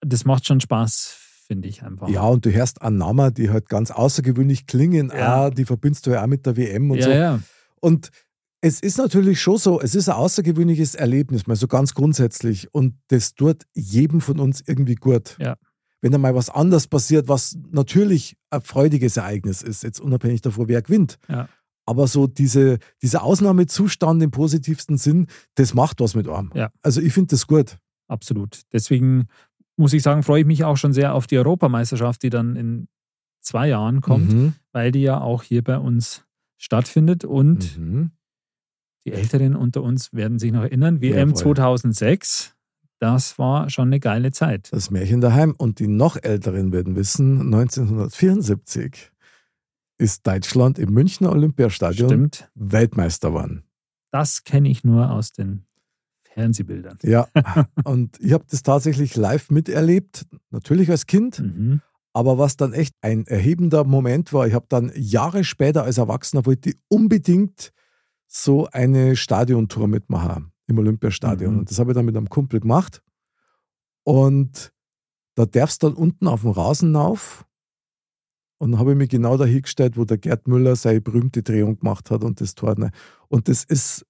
[SPEAKER 2] das macht schon Spaß, finde ich einfach.
[SPEAKER 1] Ja, und du hörst an Namen, die halt ganz außergewöhnlich klingen.
[SPEAKER 2] Ja.
[SPEAKER 1] Ah, die verbindest du ja auch mit der WM und
[SPEAKER 2] ja,
[SPEAKER 1] so.
[SPEAKER 2] ja.
[SPEAKER 1] Und es ist natürlich schon so, es ist ein außergewöhnliches Erlebnis, mal so ganz grundsätzlich. Und das tut jedem von uns irgendwie gut.
[SPEAKER 2] Ja.
[SPEAKER 1] Wenn da mal was anderes passiert, was natürlich ein freudiges Ereignis ist, jetzt unabhängig davon, wer gewinnt.
[SPEAKER 2] Ja.
[SPEAKER 1] Aber so diese, dieser Ausnahmezustand im positivsten Sinn, das macht was mit einem.
[SPEAKER 2] Ja.
[SPEAKER 1] Also ich finde das gut.
[SPEAKER 2] absolut. Deswegen muss ich sagen, freue ich mich auch schon sehr auf die Europameisterschaft, die dann in zwei Jahren kommt,
[SPEAKER 1] Mhm.
[SPEAKER 2] weil die ja auch hier bei uns stattfindet. Und
[SPEAKER 1] Mhm.
[SPEAKER 2] die Älteren unter uns werden sich noch erinnern, WM
[SPEAKER 1] Jawohl.
[SPEAKER 2] 2006, das war schon eine geile Zeit.
[SPEAKER 1] Das Märchen daheim. Und die noch Älteren werden wissen, 1974 ist Deutschland im Münchner Olympiastadion
[SPEAKER 2] Stimmt.
[SPEAKER 1] Weltmeister geworden.
[SPEAKER 2] Das kenne ich nur aus den Fernsehbildern.
[SPEAKER 1] Ja, und ich habe das tatsächlich live miterlebt, natürlich als Kind,
[SPEAKER 2] Mhm.
[SPEAKER 1] aber was dann echt ein erhebender Moment war, ich habe dann Jahre später als Erwachsener wollte ich unbedingt so eine Stadiontour mitmachen im Olympiastadion.
[SPEAKER 2] Mhm.
[SPEAKER 1] Und das habe ich dann mit einem Kumpel gemacht. Und da darfst du dann unten auf dem Rasen rauf. Und dann habe ich mich genau da hingestellt, wo der Gerd Müller seine berühmte Drehung gemacht hat und das Tor. rein. Und das ist,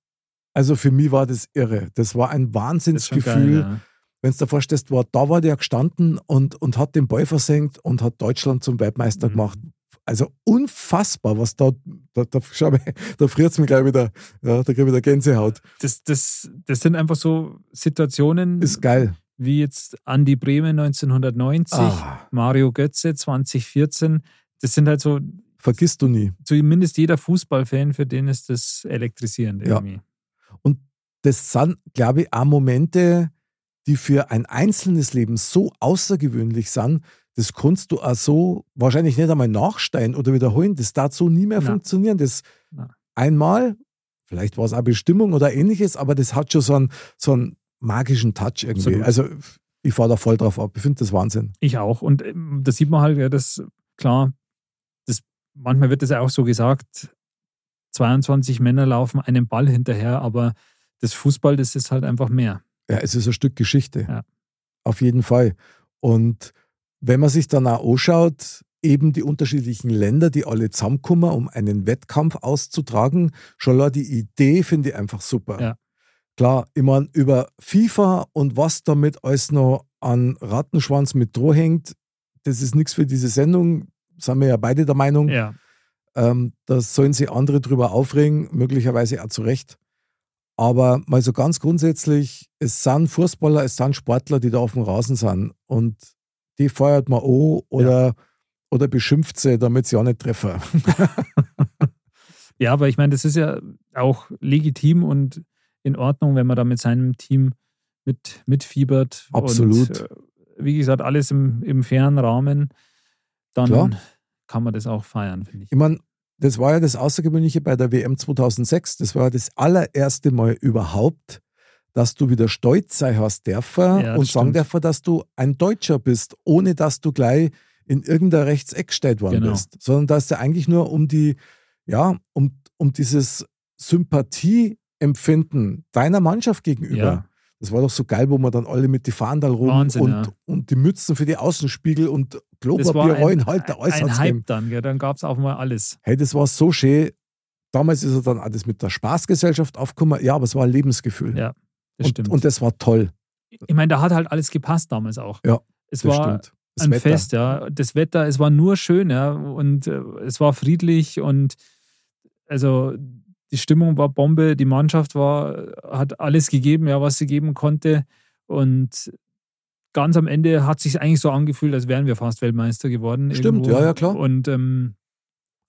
[SPEAKER 1] also für mich war das irre. Das war ein
[SPEAKER 2] Das ist schon
[SPEAKER 1] Wahnsinnsgefühl
[SPEAKER 2] geil, ja.
[SPEAKER 1] wenn du dir vorstellst, war, da war der gestanden und, und hat den Ball versenkt und hat Deutschland zum Weltmeister
[SPEAKER 2] Mhm.
[SPEAKER 1] gemacht. Also unfassbar, was da, da, da, schau mal, [laughs] da friert es mich gleich wieder, ja, da kriege ich wieder Gänsehaut.
[SPEAKER 2] Das, das, das sind einfach so Situationen
[SPEAKER 1] Ist geil.
[SPEAKER 2] wie jetzt Andi Bremen 1990,
[SPEAKER 1] Ah,
[SPEAKER 2] Mario Götze 2014. Das sind halt so
[SPEAKER 1] vergisst du nie.
[SPEAKER 2] zumindest jeder Fußballfan, für den ist das elektrisierend
[SPEAKER 1] Ja.
[SPEAKER 2] irgendwie.
[SPEAKER 1] Das sind, glaube ich, auch Momente, die für ein einzelnes Leben so außergewöhnlich sind, das kannst du auch so wahrscheinlich nicht einmal nachsteigen oder wiederholen. Das darf so nie mehr
[SPEAKER 2] Na.
[SPEAKER 1] funktionieren. Das
[SPEAKER 2] Na.
[SPEAKER 1] einmal, vielleicht war es auch Bestimmung oder ähnliches, aber das hat schon so einen, so einen magischen Touch irgendwie.
[SPEAKER 2] Absolut.
[SPEAKER 1] Also ich fahre da voll drauf ab. Ich finde das Wahnsinn.
[SPEAKER 2] Ich auch. Und ähm, das sieht man halt, ja, das, klar, das, manchmal wird das ja auch so gesagt, 22 Männer laufen einem Ball hinterher, aber das Fußball, das ist halt einfach mehr.
[SPEAKER 1] Ja, es ist ein Stück Geschichte.
[SPEAKER 2] Ja.
[SPEAKER 1] Auf jeden Fall. Und wenn man sich dann auch anschaut, eben die unterschiedlichen Länder, die alle zusammenkommen, um einen Wettkampf auszutragen, schon allein die Idee finde ich einfach super.
[SPEAKER 2] Ja.
[SPEAKER 1] Klar, ich meine, über FIFA und was damit alles noch an Rattenschwanz mit droh hängt, das ist nichts für diese Sendung. Sind wir ja beide der Meinung.
[SPEAKER 2] Ja,
[SPEAKER 1] Ähm, da sollen sich andere drüber aufregen, möglicherweise auch zu Recht. Aber mal so ganz grundsätzlich, es sind Fußballer, es sind Sportler, die da auf dem Rasen sind. Und die feuert man an oder, oder beschimpft sie, damit sie auch nicht treffen.
[SPEAKER 2] ja aber ich meine, das ist ja auch legitim und in Ordnung, wenn man da mit seinem Team mit, mitfiebert.
[SPEAKER 1] Absolut.
[SPEAKER 2] Und, äh, wie gesagt, alles im, im fairen Rahmen. Dann
[SPEAKER 1] Klar.
[SPEAKER 2] kann man das auch feiern, finde ich.
[SPEAKER 1] Ich meine, das war ja das Außergewöhnliche bei der WM 2006. Das war ja das allererste Mal überhaupt, dass du wieder stolz sein hast dürfen
[SPEAKER 2] Ja, das
[SPEAKER 1] und sagen
[SPEAKER 2] stimmt.
[SPEAKER 1] dürfen, dass du ein Deutscher bist, ohne dass du gleich in irgendein Rechtseck gestellt worden
[SPEAKER 2] Genau.
[SPEAKER 1] bist. Sondern dass es ja eigentlich nur um die, ja, um, um dieses Sympathieempfinden deiner Mannschaft gegenüber.
[SPEAKER 2] Ja.
[SPEAKER 1] Das war doch so geil, wo man dann alle mit die Fahndal rum
[SPEAKER 2] Wahnsinn,
[SPEAKER 1] und,
[SPEAKER 2] ja.
[SPEAKER 1] und die Mützen für die Außenspiegel und
[SPEAKER 2] Das war
[SPEAKER 1] Klopapier rollen,
[SPEAKER 2] ein,
[SPEAKER 1] halt der
[SPEAKER 2] ein
[SPEAKER 1] Äußerst
[SPEAKER 2] Hype dann, gell? dann gab es auch mal alles.
[SPEAKER 1] hey, das war so schön. Damals ist er dann alles mit der Spaßgesellschaft aufgekommen. Ja, aber es war ein Lebensgefühl.
[SPEAKER 2] Ja, Das
[SPEAKER 1] und,
[SPEAKER 2] stimmt.
[SPEAKER 1] und das war toll.
[SPEAKER 2] ich meine, da hat halt alles gepasst damals auch.
[SPEAKER 1] Ja,
[SPEAKER 2] es
[SPEAKER 1] das
[SPEAKER 2] war
[SPEAKER 1] stimmt. Das
[SPEAKER 2] ein
[SPEAKER 1] Wetter.
[SPEAKER 2] Fest, ja. Das Wetter, es war nur schön, ja. Und äh, es war friedlich und also die Stimmung war Bombe, die Mannschaft war, hat alles gegeben, ja, was sie geben konnte. Und ganz am Ende hat sich eigentlich so angefühlt, als wären wir fast Weltmeister geworden.
[SPEAKER 1] Stimmt,
[SPEAKER 2] irgendwo.
[SPEAKER 1] ja, ja, klar.
[SPEAKER 2] Und ähm,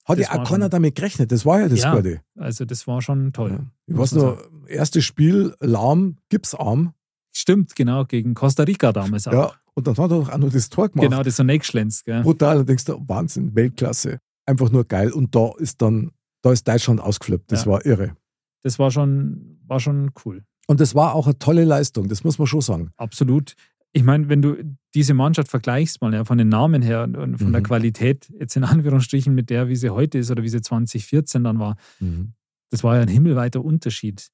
[SPEAKER 1] Hat
[SPEAKER 2] das
[SPEAKER 1] ja auch
[SPEAKER 2] war
[SPEAKER 1] keiner
[SPEAKER 2] schon-
[SPEAKER 1] damit gerechnet. Das war ja das
[SPEAKER 2] Ja,
[SPEAKER 1] Gute.
[SPEAKER 2] also das war schon toll.
[SPEAKER 1] Ja. Ich
[SPEAKER 2] muss
[SPEAKER 1] weiß
[SPEAKER 2] man
[SPEAKER 1] nur, erstes Spiel, lahm, Gipsarm.
[SPEAKER 2] Stimmt, genau, gegen Costa Rica damals auch.
[SPEAKER 1] Ja, und dann hat er doch auch noch das Tor gemacht.
[SPEAKER 2] genau, das so nächschlänzt, gell?
[SPEAKER 1] Brutal. Und denkst du, Wahnsinn, Weltklasse. Einfach nur geil. Und da ist dann, da ist Deutschland ausgeflippt. Das
[SPEAKER 2] Ja.
[SPEAKER 1] war irre.
[SPEAKER 2] Das war schon, war schon cool.
[SPEAKER 1] Und das war auch eine tolle Leistung. Das muss man schon sagen.
[SPEAKER 2] Absolut. Ich meine, wenn du diese Mannschaft vergleichst, mal ja, von den Namen her und- und von der
[SPEAKER 1] Mhm.
[SPEAKER 2] Qualität, jetzt in Anführungsstrichen mit der, wie sie heute ist oder wie sie 2014 dann war, das war ja ein himmelweiter Unterschied.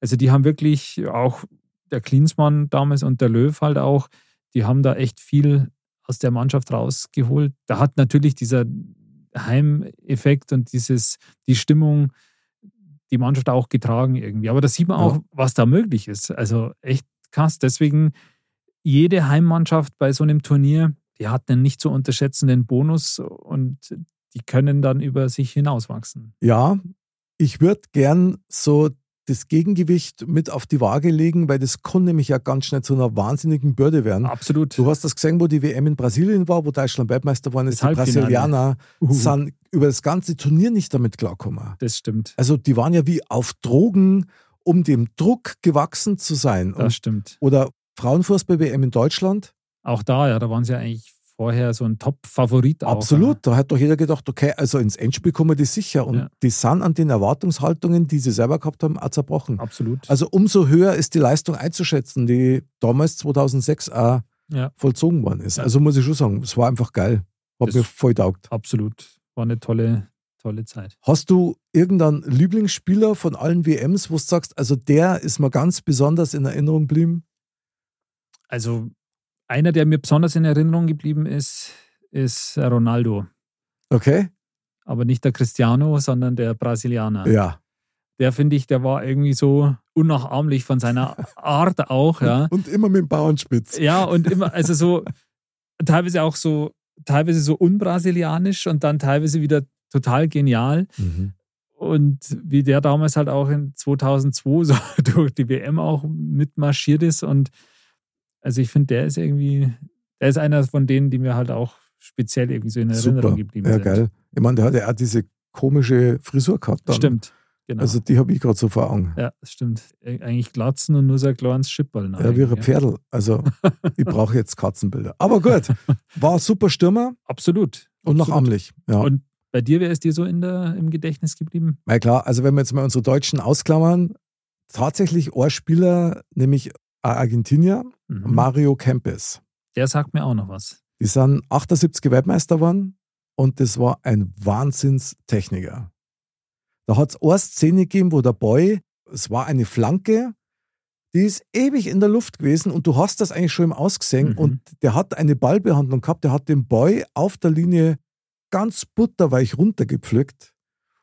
[SPEAKER 2] Also die haben wirklich auch der Klinsmann damals und der Löw halt auch, die haben da echt viel aus der Mannschaft rausgeholt. Da hat natürlich dieser Heimeffekt und dieses, die Stimmung die Mannschaft auch getragen irgendwie. Aber da sieht man auch,
[SPEAKER 1] Ja.
[SPEAKER 2] was da möglich ist. Also echt krass. Deswegen jede Heimmannschaft bei so einem Turnier, die hat einen nicht zu unterschätzenden Bonus und die können dann über sich hinauswachsen.
[SPEAKER 1] Ja, ich würde gern so das Gegengewicht mit auf die Waage legen, weil das kann nämlich ja ganz schnell zu einer wahnsinnigen Bürde werden.
[SPEAKER 2] Absolut.
[SPEAKER 1] Du hast das gesehen, wo die WM in Brasilien war, wo Deutschland Weltmeister geworden ist.
[SPEAKER 2] Das
[SPEAKER 1] Die
[SPEAKER 2] Halbfinale.
[SPEAKER 1] Brasilianer
[SPEAKER 2] Uhu.
[SPEAKER 1] sind über das ganze Turnier nicht damit klargekommen.
[SPEAKER 2] Das stimmt.
[SPEAKER 1] Also die waren ja wie auf Drogen, um dem Druck gewachsen zu sein. Und,
[SPEAKER 2] Das stimmt.
[SPEAKER 1] oder Frauenfußball-WM in Deutschland.
[SPEAKER 2] Auch da, ja, da waren sie ja eigentlich vorher so ein Top-Favorit. auch,
[SPEAKER 1] Absolut,
[SPEAKER 2] ja.
[SPEAKER 1] da hat doch jeder gedacht, okay, also ins Endspiel kommen die sicher. Und
[SPEAKER 2] Ja.
[SPEAKER 1] die sind an den Erwartungshaltungen, die sie selber gehabt haben, auch zerbrochen.
[SPEAKER 2] Absolut.
[SPEAKER 1] Also umso höher ist die Leistung einzuschätzen, die damals 2006 auch
[SPEAKER 2] Ja.
[SPEAKER 1] vollzogen worden ist.
[SPEAKER 2] Ja.
[SPEAKER 1] Also muss ich schon sagen, es war einfach geil. Hat
[SPEAKER 2] Das-
[SPEAKER 1] mir voll taugt.
[SPEAKER 2] Absolut. War eine tolle, tolle Zeit.
[SPEAKER 1] Hast du irgendeinen Lieblingsspieler von allen WMs, wo du sagst, also der ist mir ganz besonders in Erinnerung geblieben?
[SPEAKER 2] Also einer, der mir besonders in Erinnerung geblieben ist, ist Ronaldo.
[SPEAKER 1] Okay?
[SPEAKER 2] Aber nicht der Cristiano, sondern der Brasilianer.
[SPEAKER 1] Ja.
[SPEAKER 2] Der finde ich, der war irgendwie so unnachahmlich von seiner Art auch, ja.
[SPEAKER 1] Und immer mit dem Bauernspitz.
[SPEAKER 2] Ja, und immer, also so, teilweise auch so, teilweise so unbrasilianisch und dann teilweise wieder total genial.
[SPEAKER 1] Mhm.
[SPEAKER 2] Und wie der damals halt auch in 2002 so [laughs] durch die WM auch mitmarschiert ist. Und also ich finde, der ist irgendwie, der ist einer von denen, die mir halt auch speziell irgendwie so in Erinnerung
[SPEAKER 1] Super.
[SPEAKER 2] geblieben
[SPEAKER 1] Ja,
[SPEAKER 2] sind.
[SPEAKER 1] geil. Ich meine, der hat ja auch diese komische Frisur gehabt. Dann.
[SPEAKER 2] Stimmt, genau.
[SPEAKER 1] Also die habe ich gerade so vor Augen.
[SPEAKER 2] ja, das stimmt. Eigentlich glatzen und nur so ein kleines Schippball.
[SPEAKER 1] Ja, wie ein Pferdl. Also ich brauche jetzt Katzenbilder. Aber gut,
[SPEAKER 2] [laughs]
[SPEAKER 1] war ein super Stürmer
[SPEAKER 2] Absolut.
[SPEAKER 1] und noch
[SPEAKER 2] Absolut.
[SPEAKER 1] amtlich. Ja.
[SPEAKER 2] Und bei dir, wer ist dir so in der, im Gedächtnis geblieben?
[SPEAKER 1] Na klar, also wenn wir jetzt mal unsere Deutschen ausklammern, tatsächlich ein Spieler, nämlich ein Argentinier,
[SPEAKER 2] Mhm.
[SPEAKER 1] Mario Kempes.
[SPEAKER 2] Der sagt mir auch noch was.
[SPEAKER 1] Die sind 78 Weltmeister geworden und das war ein Wahnsinnstechniker. Da hat es eine Szene gegeben, wo der Boy, es war eine Flanke, die ist ewig in der Luft gewesen und du hast das eigentlich schon im Ausgesehen
[SPEAKER 2] Mhm.
[SPEAKER 1] und der hat eine Ballbehandlung gehabt, der hat den Boy auf der Linie ganz butterweich runtergepflückt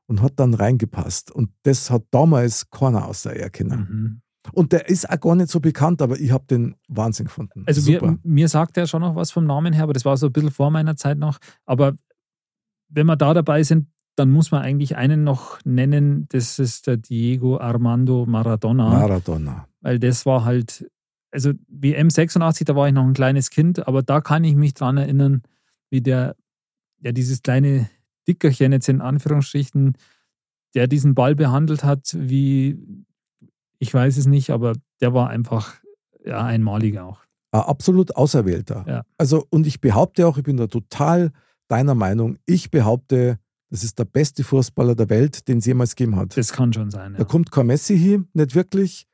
[SPEAKER 1] und hat dann reingepasst. Und das hat damals keiner außer er kennen.
[SPEAKER 2] Mhm.
[SPEAKER 1] Und der ist auch gar nicht so bekannt, aber ich habe den Wahnsinn gefunden.
[SPEAKER 2] Also
[SPEAKER 1] Super.
[SPEAKER 2] mir, mir sagt er schon noch was vom Namen her, aber das war so ein bisschen vor meiner Zeit noch. Aber wenn wir da dabei sind, dann muss man eigentlich einen noch nennen. Das ist der Diego Armando Maradona.
[SPEAKER 1] Maradona.
[SPEAKER 2] weil das war halt, also WM 86, da war ich noch ein kleines Kind, aber da kann ich mich dran erinnern, wie der, ja, dieses kleine Dickerchen jetzt in Anführungsstrichen, der diesen Ball behandelt hat, wie, ich weiß es nicht, aber der war einfach ja, einmalig auch.
[SPEAKER 1] Ein Äh, absolut Auserwählter.
[SPEAKER 2] Ja.
[SPEAKER 1] Also, und ich behaupte auch, ich bin da total deiner Meinung, ich behaupte, das ist der beste Fußballer der Welt, den es jemals gegeben hat.
[SPEAKER 2] Das kann schon sein.
[SPEAKER 1] Da
[SPEAKER 2] Ja.
[SPEAKER 1] kommt kein Messi hin, nicht wirklich,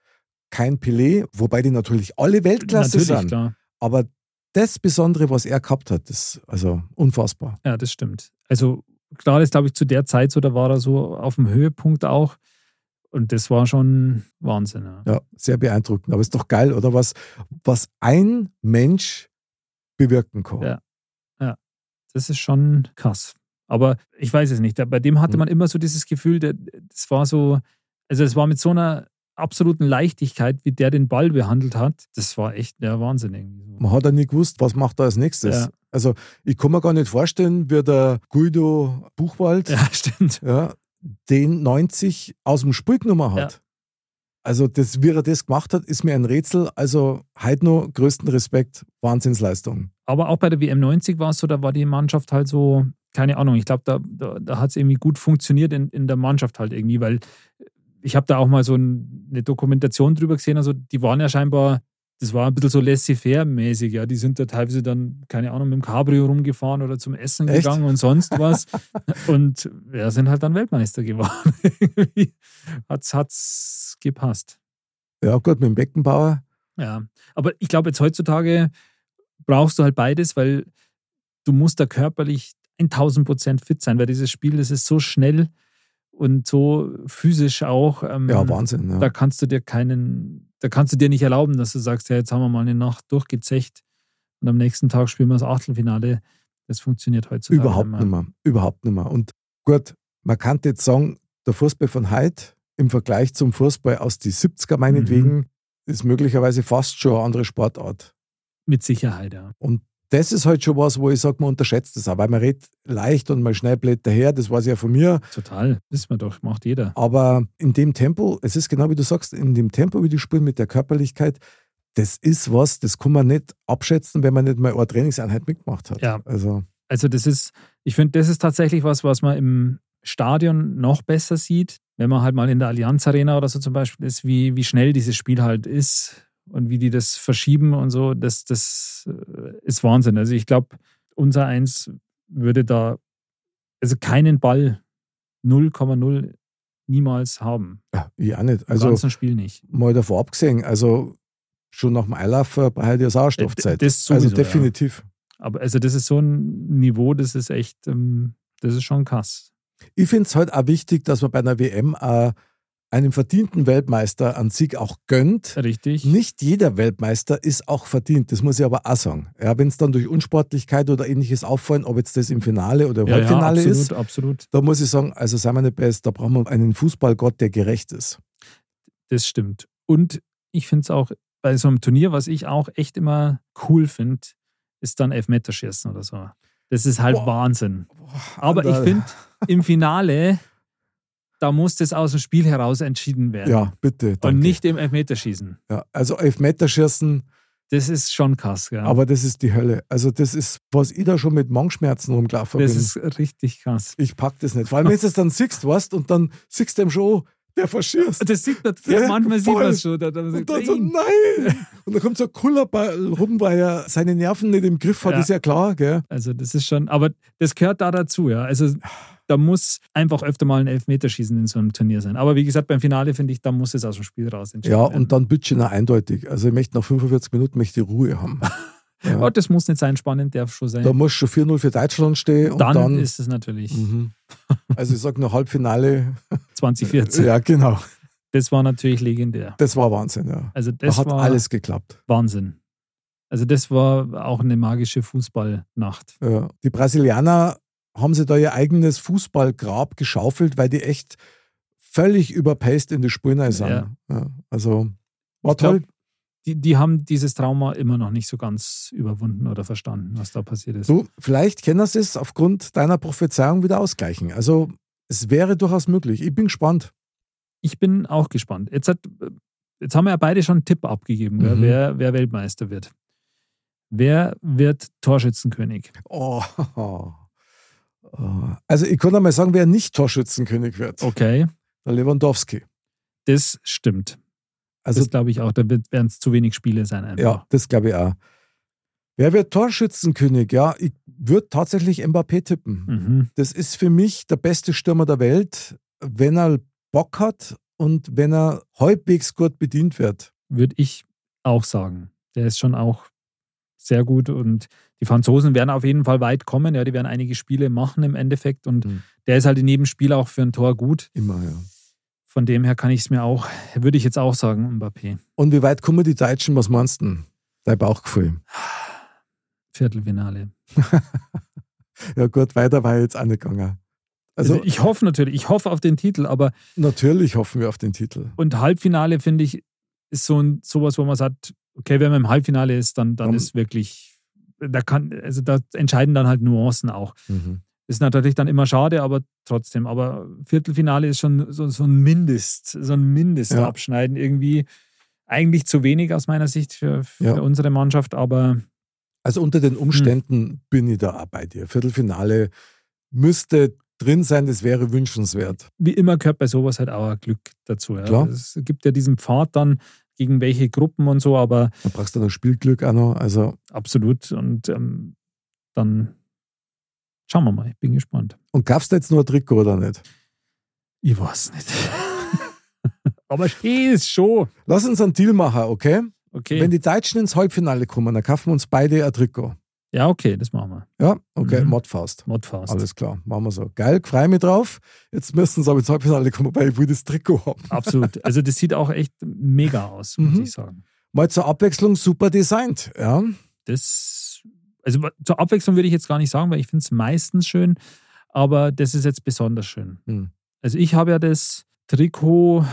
[SPEAKER 1] kein Pelé, wobei die natürlich alle Weltklasse
[SPEAKER 2] Natürlich,
[SPEAKER 1] sind.
[SPEAKER 2] klar.
[SPEAKER 1] Aber das Besondere, was er gehabt hat, ist also unfassbar.
[SPEAKER 2] Ja, das stimmt. Also klar ist, glaube ich, zu der Zeit so, da war er so auf dem Höhepunkt auch. Und das war schon Wahnsinn. Ja.
[SPEAKER 1] Ja, sehr beeindruckend. Aber ist doch geil, oder? Was, was ein Mensch bewirken kann.
[SPEAKER 2] Ja. Das ist schon krass. Aber ich weiß es nicht. Bei dem hatte
[SPEAKER 1] Mhm.
[SPEAKER 2] man immer so dieses Gefühl, der- das war so, also es war mit so einer absoluten Leichtigkeit, wie der den Ball behandelt hat. Das war echt der Wahnsinn irgendwie.
[SPEAKER 1] Man hat ja nie gewusst, was macht er als nächstes.
[SPEAKER 2] Ja.
[SPEAKER 1] Also ich kann mir gar nicht vorstellen, wie der Guido Buchwald
[SPEAKER 2] Ja, [laughs] stimmt.
[SPEAKER 1] ja, den 90 aus dem Spiel genommen hat. Also, das, wie er das gemacht hat, ist mir ein Rätsel. Also, heute noch größten Respekt, Wahnsinnsleistung.
[SPEAKER 2] Aber auch bei der WM 90 war es so, da war die Mannschaft halt so, keine Ahnung, ich glaube, da, da, da hat es irgendwie gut funktioniert in, in der Mannschaft halt irgendwie, weil ich habe da auch mal so ein, eine Dokumentation drüber gesehen, also die waren ja scheinbar, das war ein bisschen so laissez-faire-mäßig, ja, die sind da teilweise dann, keine Ahnung, mit dem Cabrio rumgefahren oder zum Essen
[SPEAKER 1] Echt?
[SPEAKER 2] gegangen und sonst was [laughs] und ja, sind halt dann Weltmeister geworden. [laughs] Irgendwie hat's, hat's gepasst.
[SPEAKER 1] Ja, gut, mit dem Beckenbauer.
[SPEAKER 2] Ja, aber ich glaube, jetzt heutzutage brauchst du halt beides, weil du musst da körperlich 1000 Prozent fit sein, weil dieses Spiel, das ist so schnell und so physisch auch. ähm,
[SPEAKER 1] Ja, Wahnsinn.
[SPEAKER 2] Da
[SPEAKER 1] Ja.
[SPEAKER 2] kannst du dir keinen, da kannst du dir nicht erlauben, dass du sagst, ja, jetzt haben wir mal eine Nacht durchgezecht Und am nächsten Tag spielen wir das Achtelfinale. Das funktioniert heutzutage
[SPEAKER 1] Überhaupt nicht mehr. Überhaupt nicht mehr. Und gut, man kann jetzt sagen, der Fußball von heute im Vergleich zum Fußball aus die 70er meinetwegen
[SPEAKER 2] Mhm.
[SPEAKER 1] ist möglicherweise fast schon eine andere Sportart.
[SPEAKER 2] Mit Sicherheit, ja.
[SPEAKER 1] Und das ist halt schon was, wo ich sage, man unterschätzt das auch, weil man redet leicht und mal schnell blätter her, das weiß ich ja von mir.
[SPEAKER 2] Total. Wissen wir doch, macht jeder.
[SPEAKER 1] Aber in dem Tempo, es ist genau wie du sagst, in dem Tempo, wie die spielen, mit der Körperlichkeit, das ist was, das kann man nicht abschätzen, wenn man nicht mal eine Trainingseinheit mitgemacht hat.
[SPEAKER 2] Ja.
[SPEAKER 1] Also,
[SPEAKER 2] Also das ist, ich finde, das ist tatsächlich was, was man im Stadion noch besser sieht, wenn man halt mal in der Allianz Arena oder so zum Beispiel ist, wie, wie schnell dieses Spiel halt ist und wie die das verschieben und so, das, das äh, ist Wahnsinn. Also ich glaube, unser Eins würde da also keinen Ball 0,0 niemals haben.
[SPEAKER 1] ja, ich auch nicht.
[SPEAKER 2] Im
[SPEAKER 1] Also,
[SPEAKER 2] ganzen Spiel nicht.
[SPEAKER 1] mal davor abgesehen, also schon nach dem Eilauf behalte ich Sauerstoffzeit.
[SPEAKER 2] Das Äh, sowieso,
[SPEAKER 1] also
[SPEAKER 2] ja.
[SPEAKER 1] definitiv.
[SPEAKER 2] Aber also das ist so ein Niveau, das ist echt, ähm, das ist schon krass.
[SPEAKER 1] Ich finde es halt auch wichtig, dass man bei einer WM auch einem verdienten Weltmeister einen Sieg auch gönnt.
[SPEAKER 2] Richtig.
[SPEAKER 1] Nicht jeder Weltmeister ist auch verdient, das muss ich aber auch sagen. Ja, Wenn es dann durch Unsportlichkeit oder ähnliches auffallen, ob jetzt das im Finale oder im
[SPEAKER 2] ja, ja,
[SPEAKER 1] Halbfinale
[SPEAKER 2] absolut,
[SPEAKER 1] ist,
[SPEAKER 2] absolut.
[SPEAKER 1] da muss ich sagen, also seien wir nicht best, da brauchen wir einen Fußballgott, der gerecht ist.
[SPEAKER 2] Das stimmt. Und ich finde es auch bei so einem Turnier, was ich auch echt immer cool finde, ist dann Elfmeterschießen oder so. Das ist halt
[SPEAKER 1] Boah.
[SPEAKER 2] Wahnsinn. Aber ich
[SPEAKER 1] Anderl.
[SPEAKER 2] finde, im Finale, da muss das aus dem Spiel heraus entschieden werden.
[SPEAKER 1] Ja, bitte. danke.
[SPEAKER 2] und nicht im Elfmeterschießen.
[SPEAKER 1] Ja, also Elfmeterschießen,
[SPEAKER 2] Das ist schon krass, gell?
[SPEAKER 1] aber das ist die Hölle. Also das ist, was ich da schon mit Magenschmerzen rumgelaufen
[SPEAKER 2] das
[SPEAKER 1] bin.
[SPEAKER 2] ist richtig krass.
[SPEAKER 1] ich pack das nicht. Vor allem, wenn du es dann siehst, weißt, und dann siehst du dem schon, oh, der verschießt.
[SPEAKER 2] Das sieht man,
[SPEAKER 1] Ja,
[SPEAKER 2] manchmal sieht
[SPEAKER 1] voll.
[SPEAKER 2] man es schon. Da, da,
[SPEAKER 1] Und dann so, nein! [laughs] Und dann kommt so ein Kullerball rum, weil er seine Nerven nicht im Griff hat,
[SPEAKER 2] Ja.
[SPEAKER 1] ist ja klar, gell?
[SPEAKER 2] Also das ist schon, aber das gehört da dazu, ja. Also da muss einfach öfter mal ein Elfmeterschießen in so einem Turnier sein. Aber wie gesagt, beim Finale finde ich, da muss es aus dem Spiel raus entschieden
[SPEAKER 1] Ja,
[SPEAKER 2] werden.
[SPEAKER 1] und dann bitte noch eindeutig. Also ich möchte nach 45 Minuten möchte ich Ruhe haben. Ja.
[SPEAKER 2] Oh, das muss nicht sein, spannend darf schon sein.
[SPEAKER 1] Da muss schon 4-0 für Deutschland stehen und
[SPEAKER 2] dann,
[SPEAKER 1] dann.
[SPEAKER 2] ist es natürlich
[SPEAKER 1] Mhm. Also ich sage noch Halbfinale.
[SPEAKER 2] 2014.
[SPEAKER 1] Ja, genau.
[SPEAKER 2] Das war natürlich legendär.
[SPEAKER 1] Das war Wahnsinn, ja.
[SPEAKER 2] Also das
[SPEAKER 1] da hat
[SPEAKER 2] war
[SPEAKER 1] alles geklappt.
[SPEAKER 2] Wahnsinn. Also das war auch eine magische Fußballnacht.
[SPEAKER 1] Ja. Die Brasilianer haben sie da ihr eigenes Fußballgrab geschaufelt, weil die echt völlig überpaced in die Spurne sind.
[SPEAKER 2] Ja.
[SPEAKER 1] Ja. Also war
[SPEAKER 2] Ich glaub,
[SPEAKER 1] toll.
[SPEAKER 2] Die, die haben dieses Trauma immer noch nicht so ganz überwunden oder verstanden, was da passiert ist.
[SPEAKER 1] Du, vielleicht können sie es aufgrund deiner Prophezeiung wieder ausgleichen. Also es wäre durchaus möglich. Ich bin gespannt.
[SPEAKER 2] ich bin auch gespannt. Jetzt, hat, jetzt haben wir ja beide schon einen Tipp abgegeben, gell,
[SPEAKER 1] Mhm.
[SPEAKER 2] wer, wer Weltmeister wird. Wer wird Torschützenkönig?
[SPEAKER 1] [laughs] Oh. oh. Also ich kann einmal sagen, wer nicht Torschützenkönig wird.
[SPEAKER 2] Okay,
[SPEAKER 1] Der Lewandowski.
[SPEAKER 2] das stimmt.
[SPEAKER 1] Also
[SPEAKER 2] das glaube ich auch. Da wird- werden es zu wenig Spiele sein
[SPEAKER 1] ja,
[SPEAKER 2] einfach.
[SPEAKER 1] das glaube ich auch. Wer wird Torschützenkönig? Ja, ich würde tatsächlich Mbappé tippen.
[SPEAKER 2] Mhm.
[SPEAKER 1] Das ist für mich der beste Stürmer der Welt, wenn er Bock hat und wenn er halbwegs gut bedient wird.
[SPEAKER 2] Würde ich auch sagen. Der ist schon auch sehr gut und die Franzosen werden auf jeden Fall weit kommen. Ja, die werden einige Spiele machen im Endeffekt und
[SPEAKER 1] Mhm.
[SPEAKER 2] der ist halt in jedem Spiel auch für ein Tor gut.
[SPEAKER 1] Immer, ja.
[SPEAKER 2] Von dem her kann ich es mir auch, würde ich jetzt auch sagen, Mbappé.
[SPEAKER 1] Und wie weit kommen die Deutschen? Was meinst du? denn? Dein Bauchgefühl.
[SPEAKER 2] Viertelfinale.
[SPEAKER 1] Ja gut, weiter war ich jetzt angegangen.
[SPEAKER 2] Also,
[SPEAKER 1] Also,
[SPEAKER 2] ich hoffe natürlich, ich hoffe auf den Titel, aber
[SPEAKER 1] natürlich hoffen wir auf den Titel.
[SPEAKER 2] und Halbfinale finde ich ist so ein sowas, wo man sagt, okay, wenn man im Halbfinale ist, dann, dann
[SPEAKER 1] Dann-
[SPEAKER 2] ist wirklich da kann also da entscheiden dann halt Nuancen auch.
[SPEAKER 1] Mhm.
[SPEAKER 2] Ist natürlich dann immer schade, aber trotzdem. Aber Viertelfinale ist schon so, so ein Mindest, so ein Mindestabschneiden irgendwie. Eigentlich zu wenig aus meiner Sicht für, für
[SPEAKER 1] Ja.
[SPEAKER 2] unsere Mannschaft, aber
[SPEAKER 1] Also unter den Umständen bin ich da auch bei dir. Viertelfinale müsste drin sein, das wäre wünschenswert.
[SPEAKER 2] wie immer gehört bei sowas halt auch ein Glück dazu. Ja.
[SPEAKER 1] Klar.
[SPEAKER 2] Es gibt ja diesen Pfad dann gegen welche Gruppen und so, aber
[SPEAKER 1] Da brauchst du noch Spielglück auch noch. Also,
[SPEAKER 2] Absolut. Und ähm, dann schauen wir mal. Ich bin gespannt.
[SPEAKER 1] und gab's da jetzt nur ein Trikot oder nicht?
[SPEAKER 2] Ich
[SPEAKER 1] [laughs]
[SPEAKER 2] weiß nicht. Aber steh's schon.
[SPEAKER 1] Lass uns einen Deal machen, okay?
[SPEAKER 2] Okay.
[SPEAKER 1] Wenn die Deutschen ins Halbfinale kommen, dann kaufen wir uns beide ein Trikot.
[SPEAKER 2] ja, okay, das machen wir.
[SPEAKER 1] Ja, okay,
[SPEAKER 2] Mhm.
[SPEAKER 1] Modfaust.
[SPEAKER 2] Modfast.
[SPEAKER 1] Alles klar, machen wir so. Geil, freue mich drauf. Jetzt müssen sie aber ins Halbfinale kommen, weil ich will das Trikot haben.
[SPEAKER 2] Absolut. Also das sieht auch echt mega aus, muss
[SPEAKER 1] Mhm.
[SPEAKER 2] ich sagen.
[SPEAKER 1] Mal zur Abwechslung super designt. Ja.
[SPEAKER 2] das, also zur Abwechslung würde ich jetzt gar nicht sagen, weil ich finde es meistens schön, aber das ist jetzt besonders schön.
[SPEAKER 1] Hm.
[SPEAKER 2] Also ich habe ja das Trikot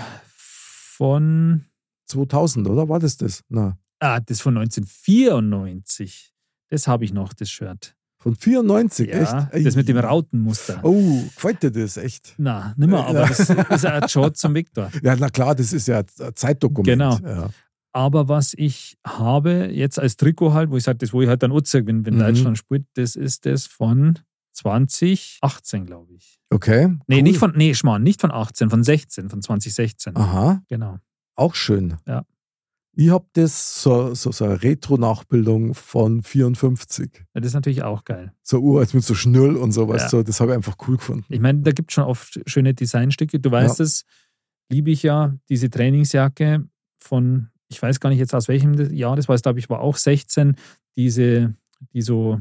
[SPEAKER 2] von,
[SPEAKER 1] 2000, oder? War das das? Na,
[SPEAKER 2] ah, das von 1994. Das habe ich noch, das Shirt.
[SPEAKER 1] von 94,
[SPEAKER 2] Ja,
[SPEAKER 1] echt?
[SPEAKER 2] das mit dem
[SPEAKER 1] Ei.
[SPEAKER 2] Rautenmuster.
[SPEAKER 1] Oh, gefällt dir das, echt?
[SPEAKER 2] Na, nimmer, aber
[SPEAKER 1] Ja.
[SPEAKER 2] das ist ein Short zum Victor.
[SPEAKER 1] Ja, na klar, das ist ja ein Zeitdokument.
[SPEAKER 2] Genau.
[SPEAKER 1] Ja.
[SPEAKER 2] Aber was ich habe, jetzt als Trikot halt, wo ich sage, das, wo ich halt dann anzeige, wenn, wenn
[SPEAKER 1] Mhm.
[SPEAKER 2] Deutschland spielt, das ist das von 2018, glaube ich.
[SPEAKER 1] Okay.
[SPEAKER 2] Nee,
[SPEAKER 1] cool.
[SPEAKER 2] nicht von, nee, Schmarrn, nicht von 18, von 16, von 2016.
[SPEAKER 1] Aha,
[SPEAKER 2] Genau.
[SPEAKER 1] auch schön.
[SPEAKER 2] Ja.
[SPEAKER 1] Ich habe das so, so, so eine Retro-Nachbildung von 54.
[SPEAKER 2] Ja, Das ist natürlich auch geil.
[SPEAKER 1] So uralt mit so Schnürl und sowas.
[SPEAKER 2] Ja.
[SPEAKER 1] So, das habe ich einfach cool gefunden.
[SPEAKER 2] Ich meine, da gibt es schon oft schöne Designstücke. Du weißt es, liebe ich ja, diese Trainingsjacke von, ich weiß gar nicht jetzt aus welchem das- Jahr das war, ich glaube, ich war auch 16, diese, die so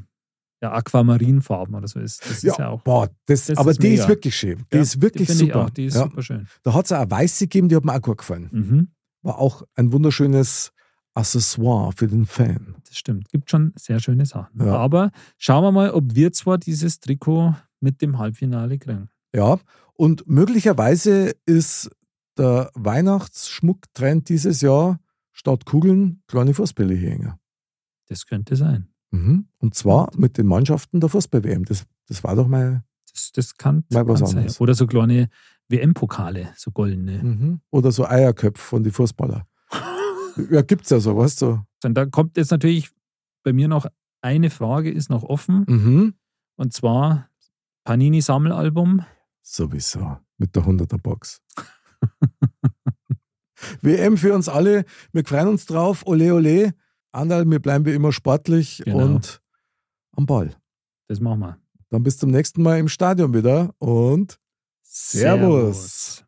[SPEAKER 2] ja, Aquamarinfarben oder so ist. Das ist ja auch.
[SPEAKER 1] boah, das,
[SPEAKER 2] Das
[SPEAKER 1] aber
[SPEAKER 2] ist
[SPEAKER 1] die
[SPEAKER 2] mega.
[SPEAKER 1] ist wirklich schön. Die
[SPEAKER 2] Ja,
[SPEAKER 1] ist wirklich
[SPEAKER 2] die finde
[SPEAKER 1] super.
[SPEAKER 2] Ich auch, die ist
[SPEAKER 1] ja.
[SPEAKER 2] super schön.
[SPEAKER 1] Da hat es auch eine weiße gegeben, die hat mir auch gut gefallen.
[SPEAKER 2] Mhm,
[SPEAKER 1] War auch ein wunderschönes Accessoire für den Fan.
[SPEAKER 2] das stimmt. Gibt schon sehr schöne Sachen.
[SPEAKER 1] Ja.
[SPEAKER 2] Aber schauen wir mal, ob wir zwar dieses Trikot mit dem Halbfinale kriegen.
[SPEAKER 1] Ja, und möglicherweise ist der Weihnachtsschmucktrend dieses Jahr statt Kugeln kleine Fußbälle hierhänger.
[SPEAKER 2] Das könnte sein.
[SPEAKER 1] Mhm. Und zwar mit den Mannschaften der Fußball-WM. Das, das war doch mal.
[SPEAKER 2] Das, das kann,
[SPEAKER 1] Mal was
[SPEAKER 2] kann sein.
[SPEAKER 1] anderes.
[SPEAKER 2] Oder so kleine WM-Pokale, so goldene.
[SPEAKER 1] Mhm. Oder so Eierköpfe von den
[SPEAKER 2] [laughs]
[SPEAKER 1] Fußballer. Ja, gibt's ja sowas. So.
[SPEAKER 2] Und da kommt jetzt natürlich bei mir noch eine Frage, ist noch offen.
[SPEAKER 1] Mhm.
[SPEAKER 2] Und zwar Panini-Sammelalbum.
[SPEAKER 1] Sowieso. Mit der 100er Box. [laughs] WM für uns alle. Wir freuen uns drauf. Ole, ole. Anderl, wir bleiben wie immer sportlich
[SPEAKER 2] Genau.
[SPEAKER 1] und am Ball.
[SPEAKER 2] Das machen wir.
[SPEAKER 1] Dann bis zum nächsten Mal im Stadion wieder und Servus.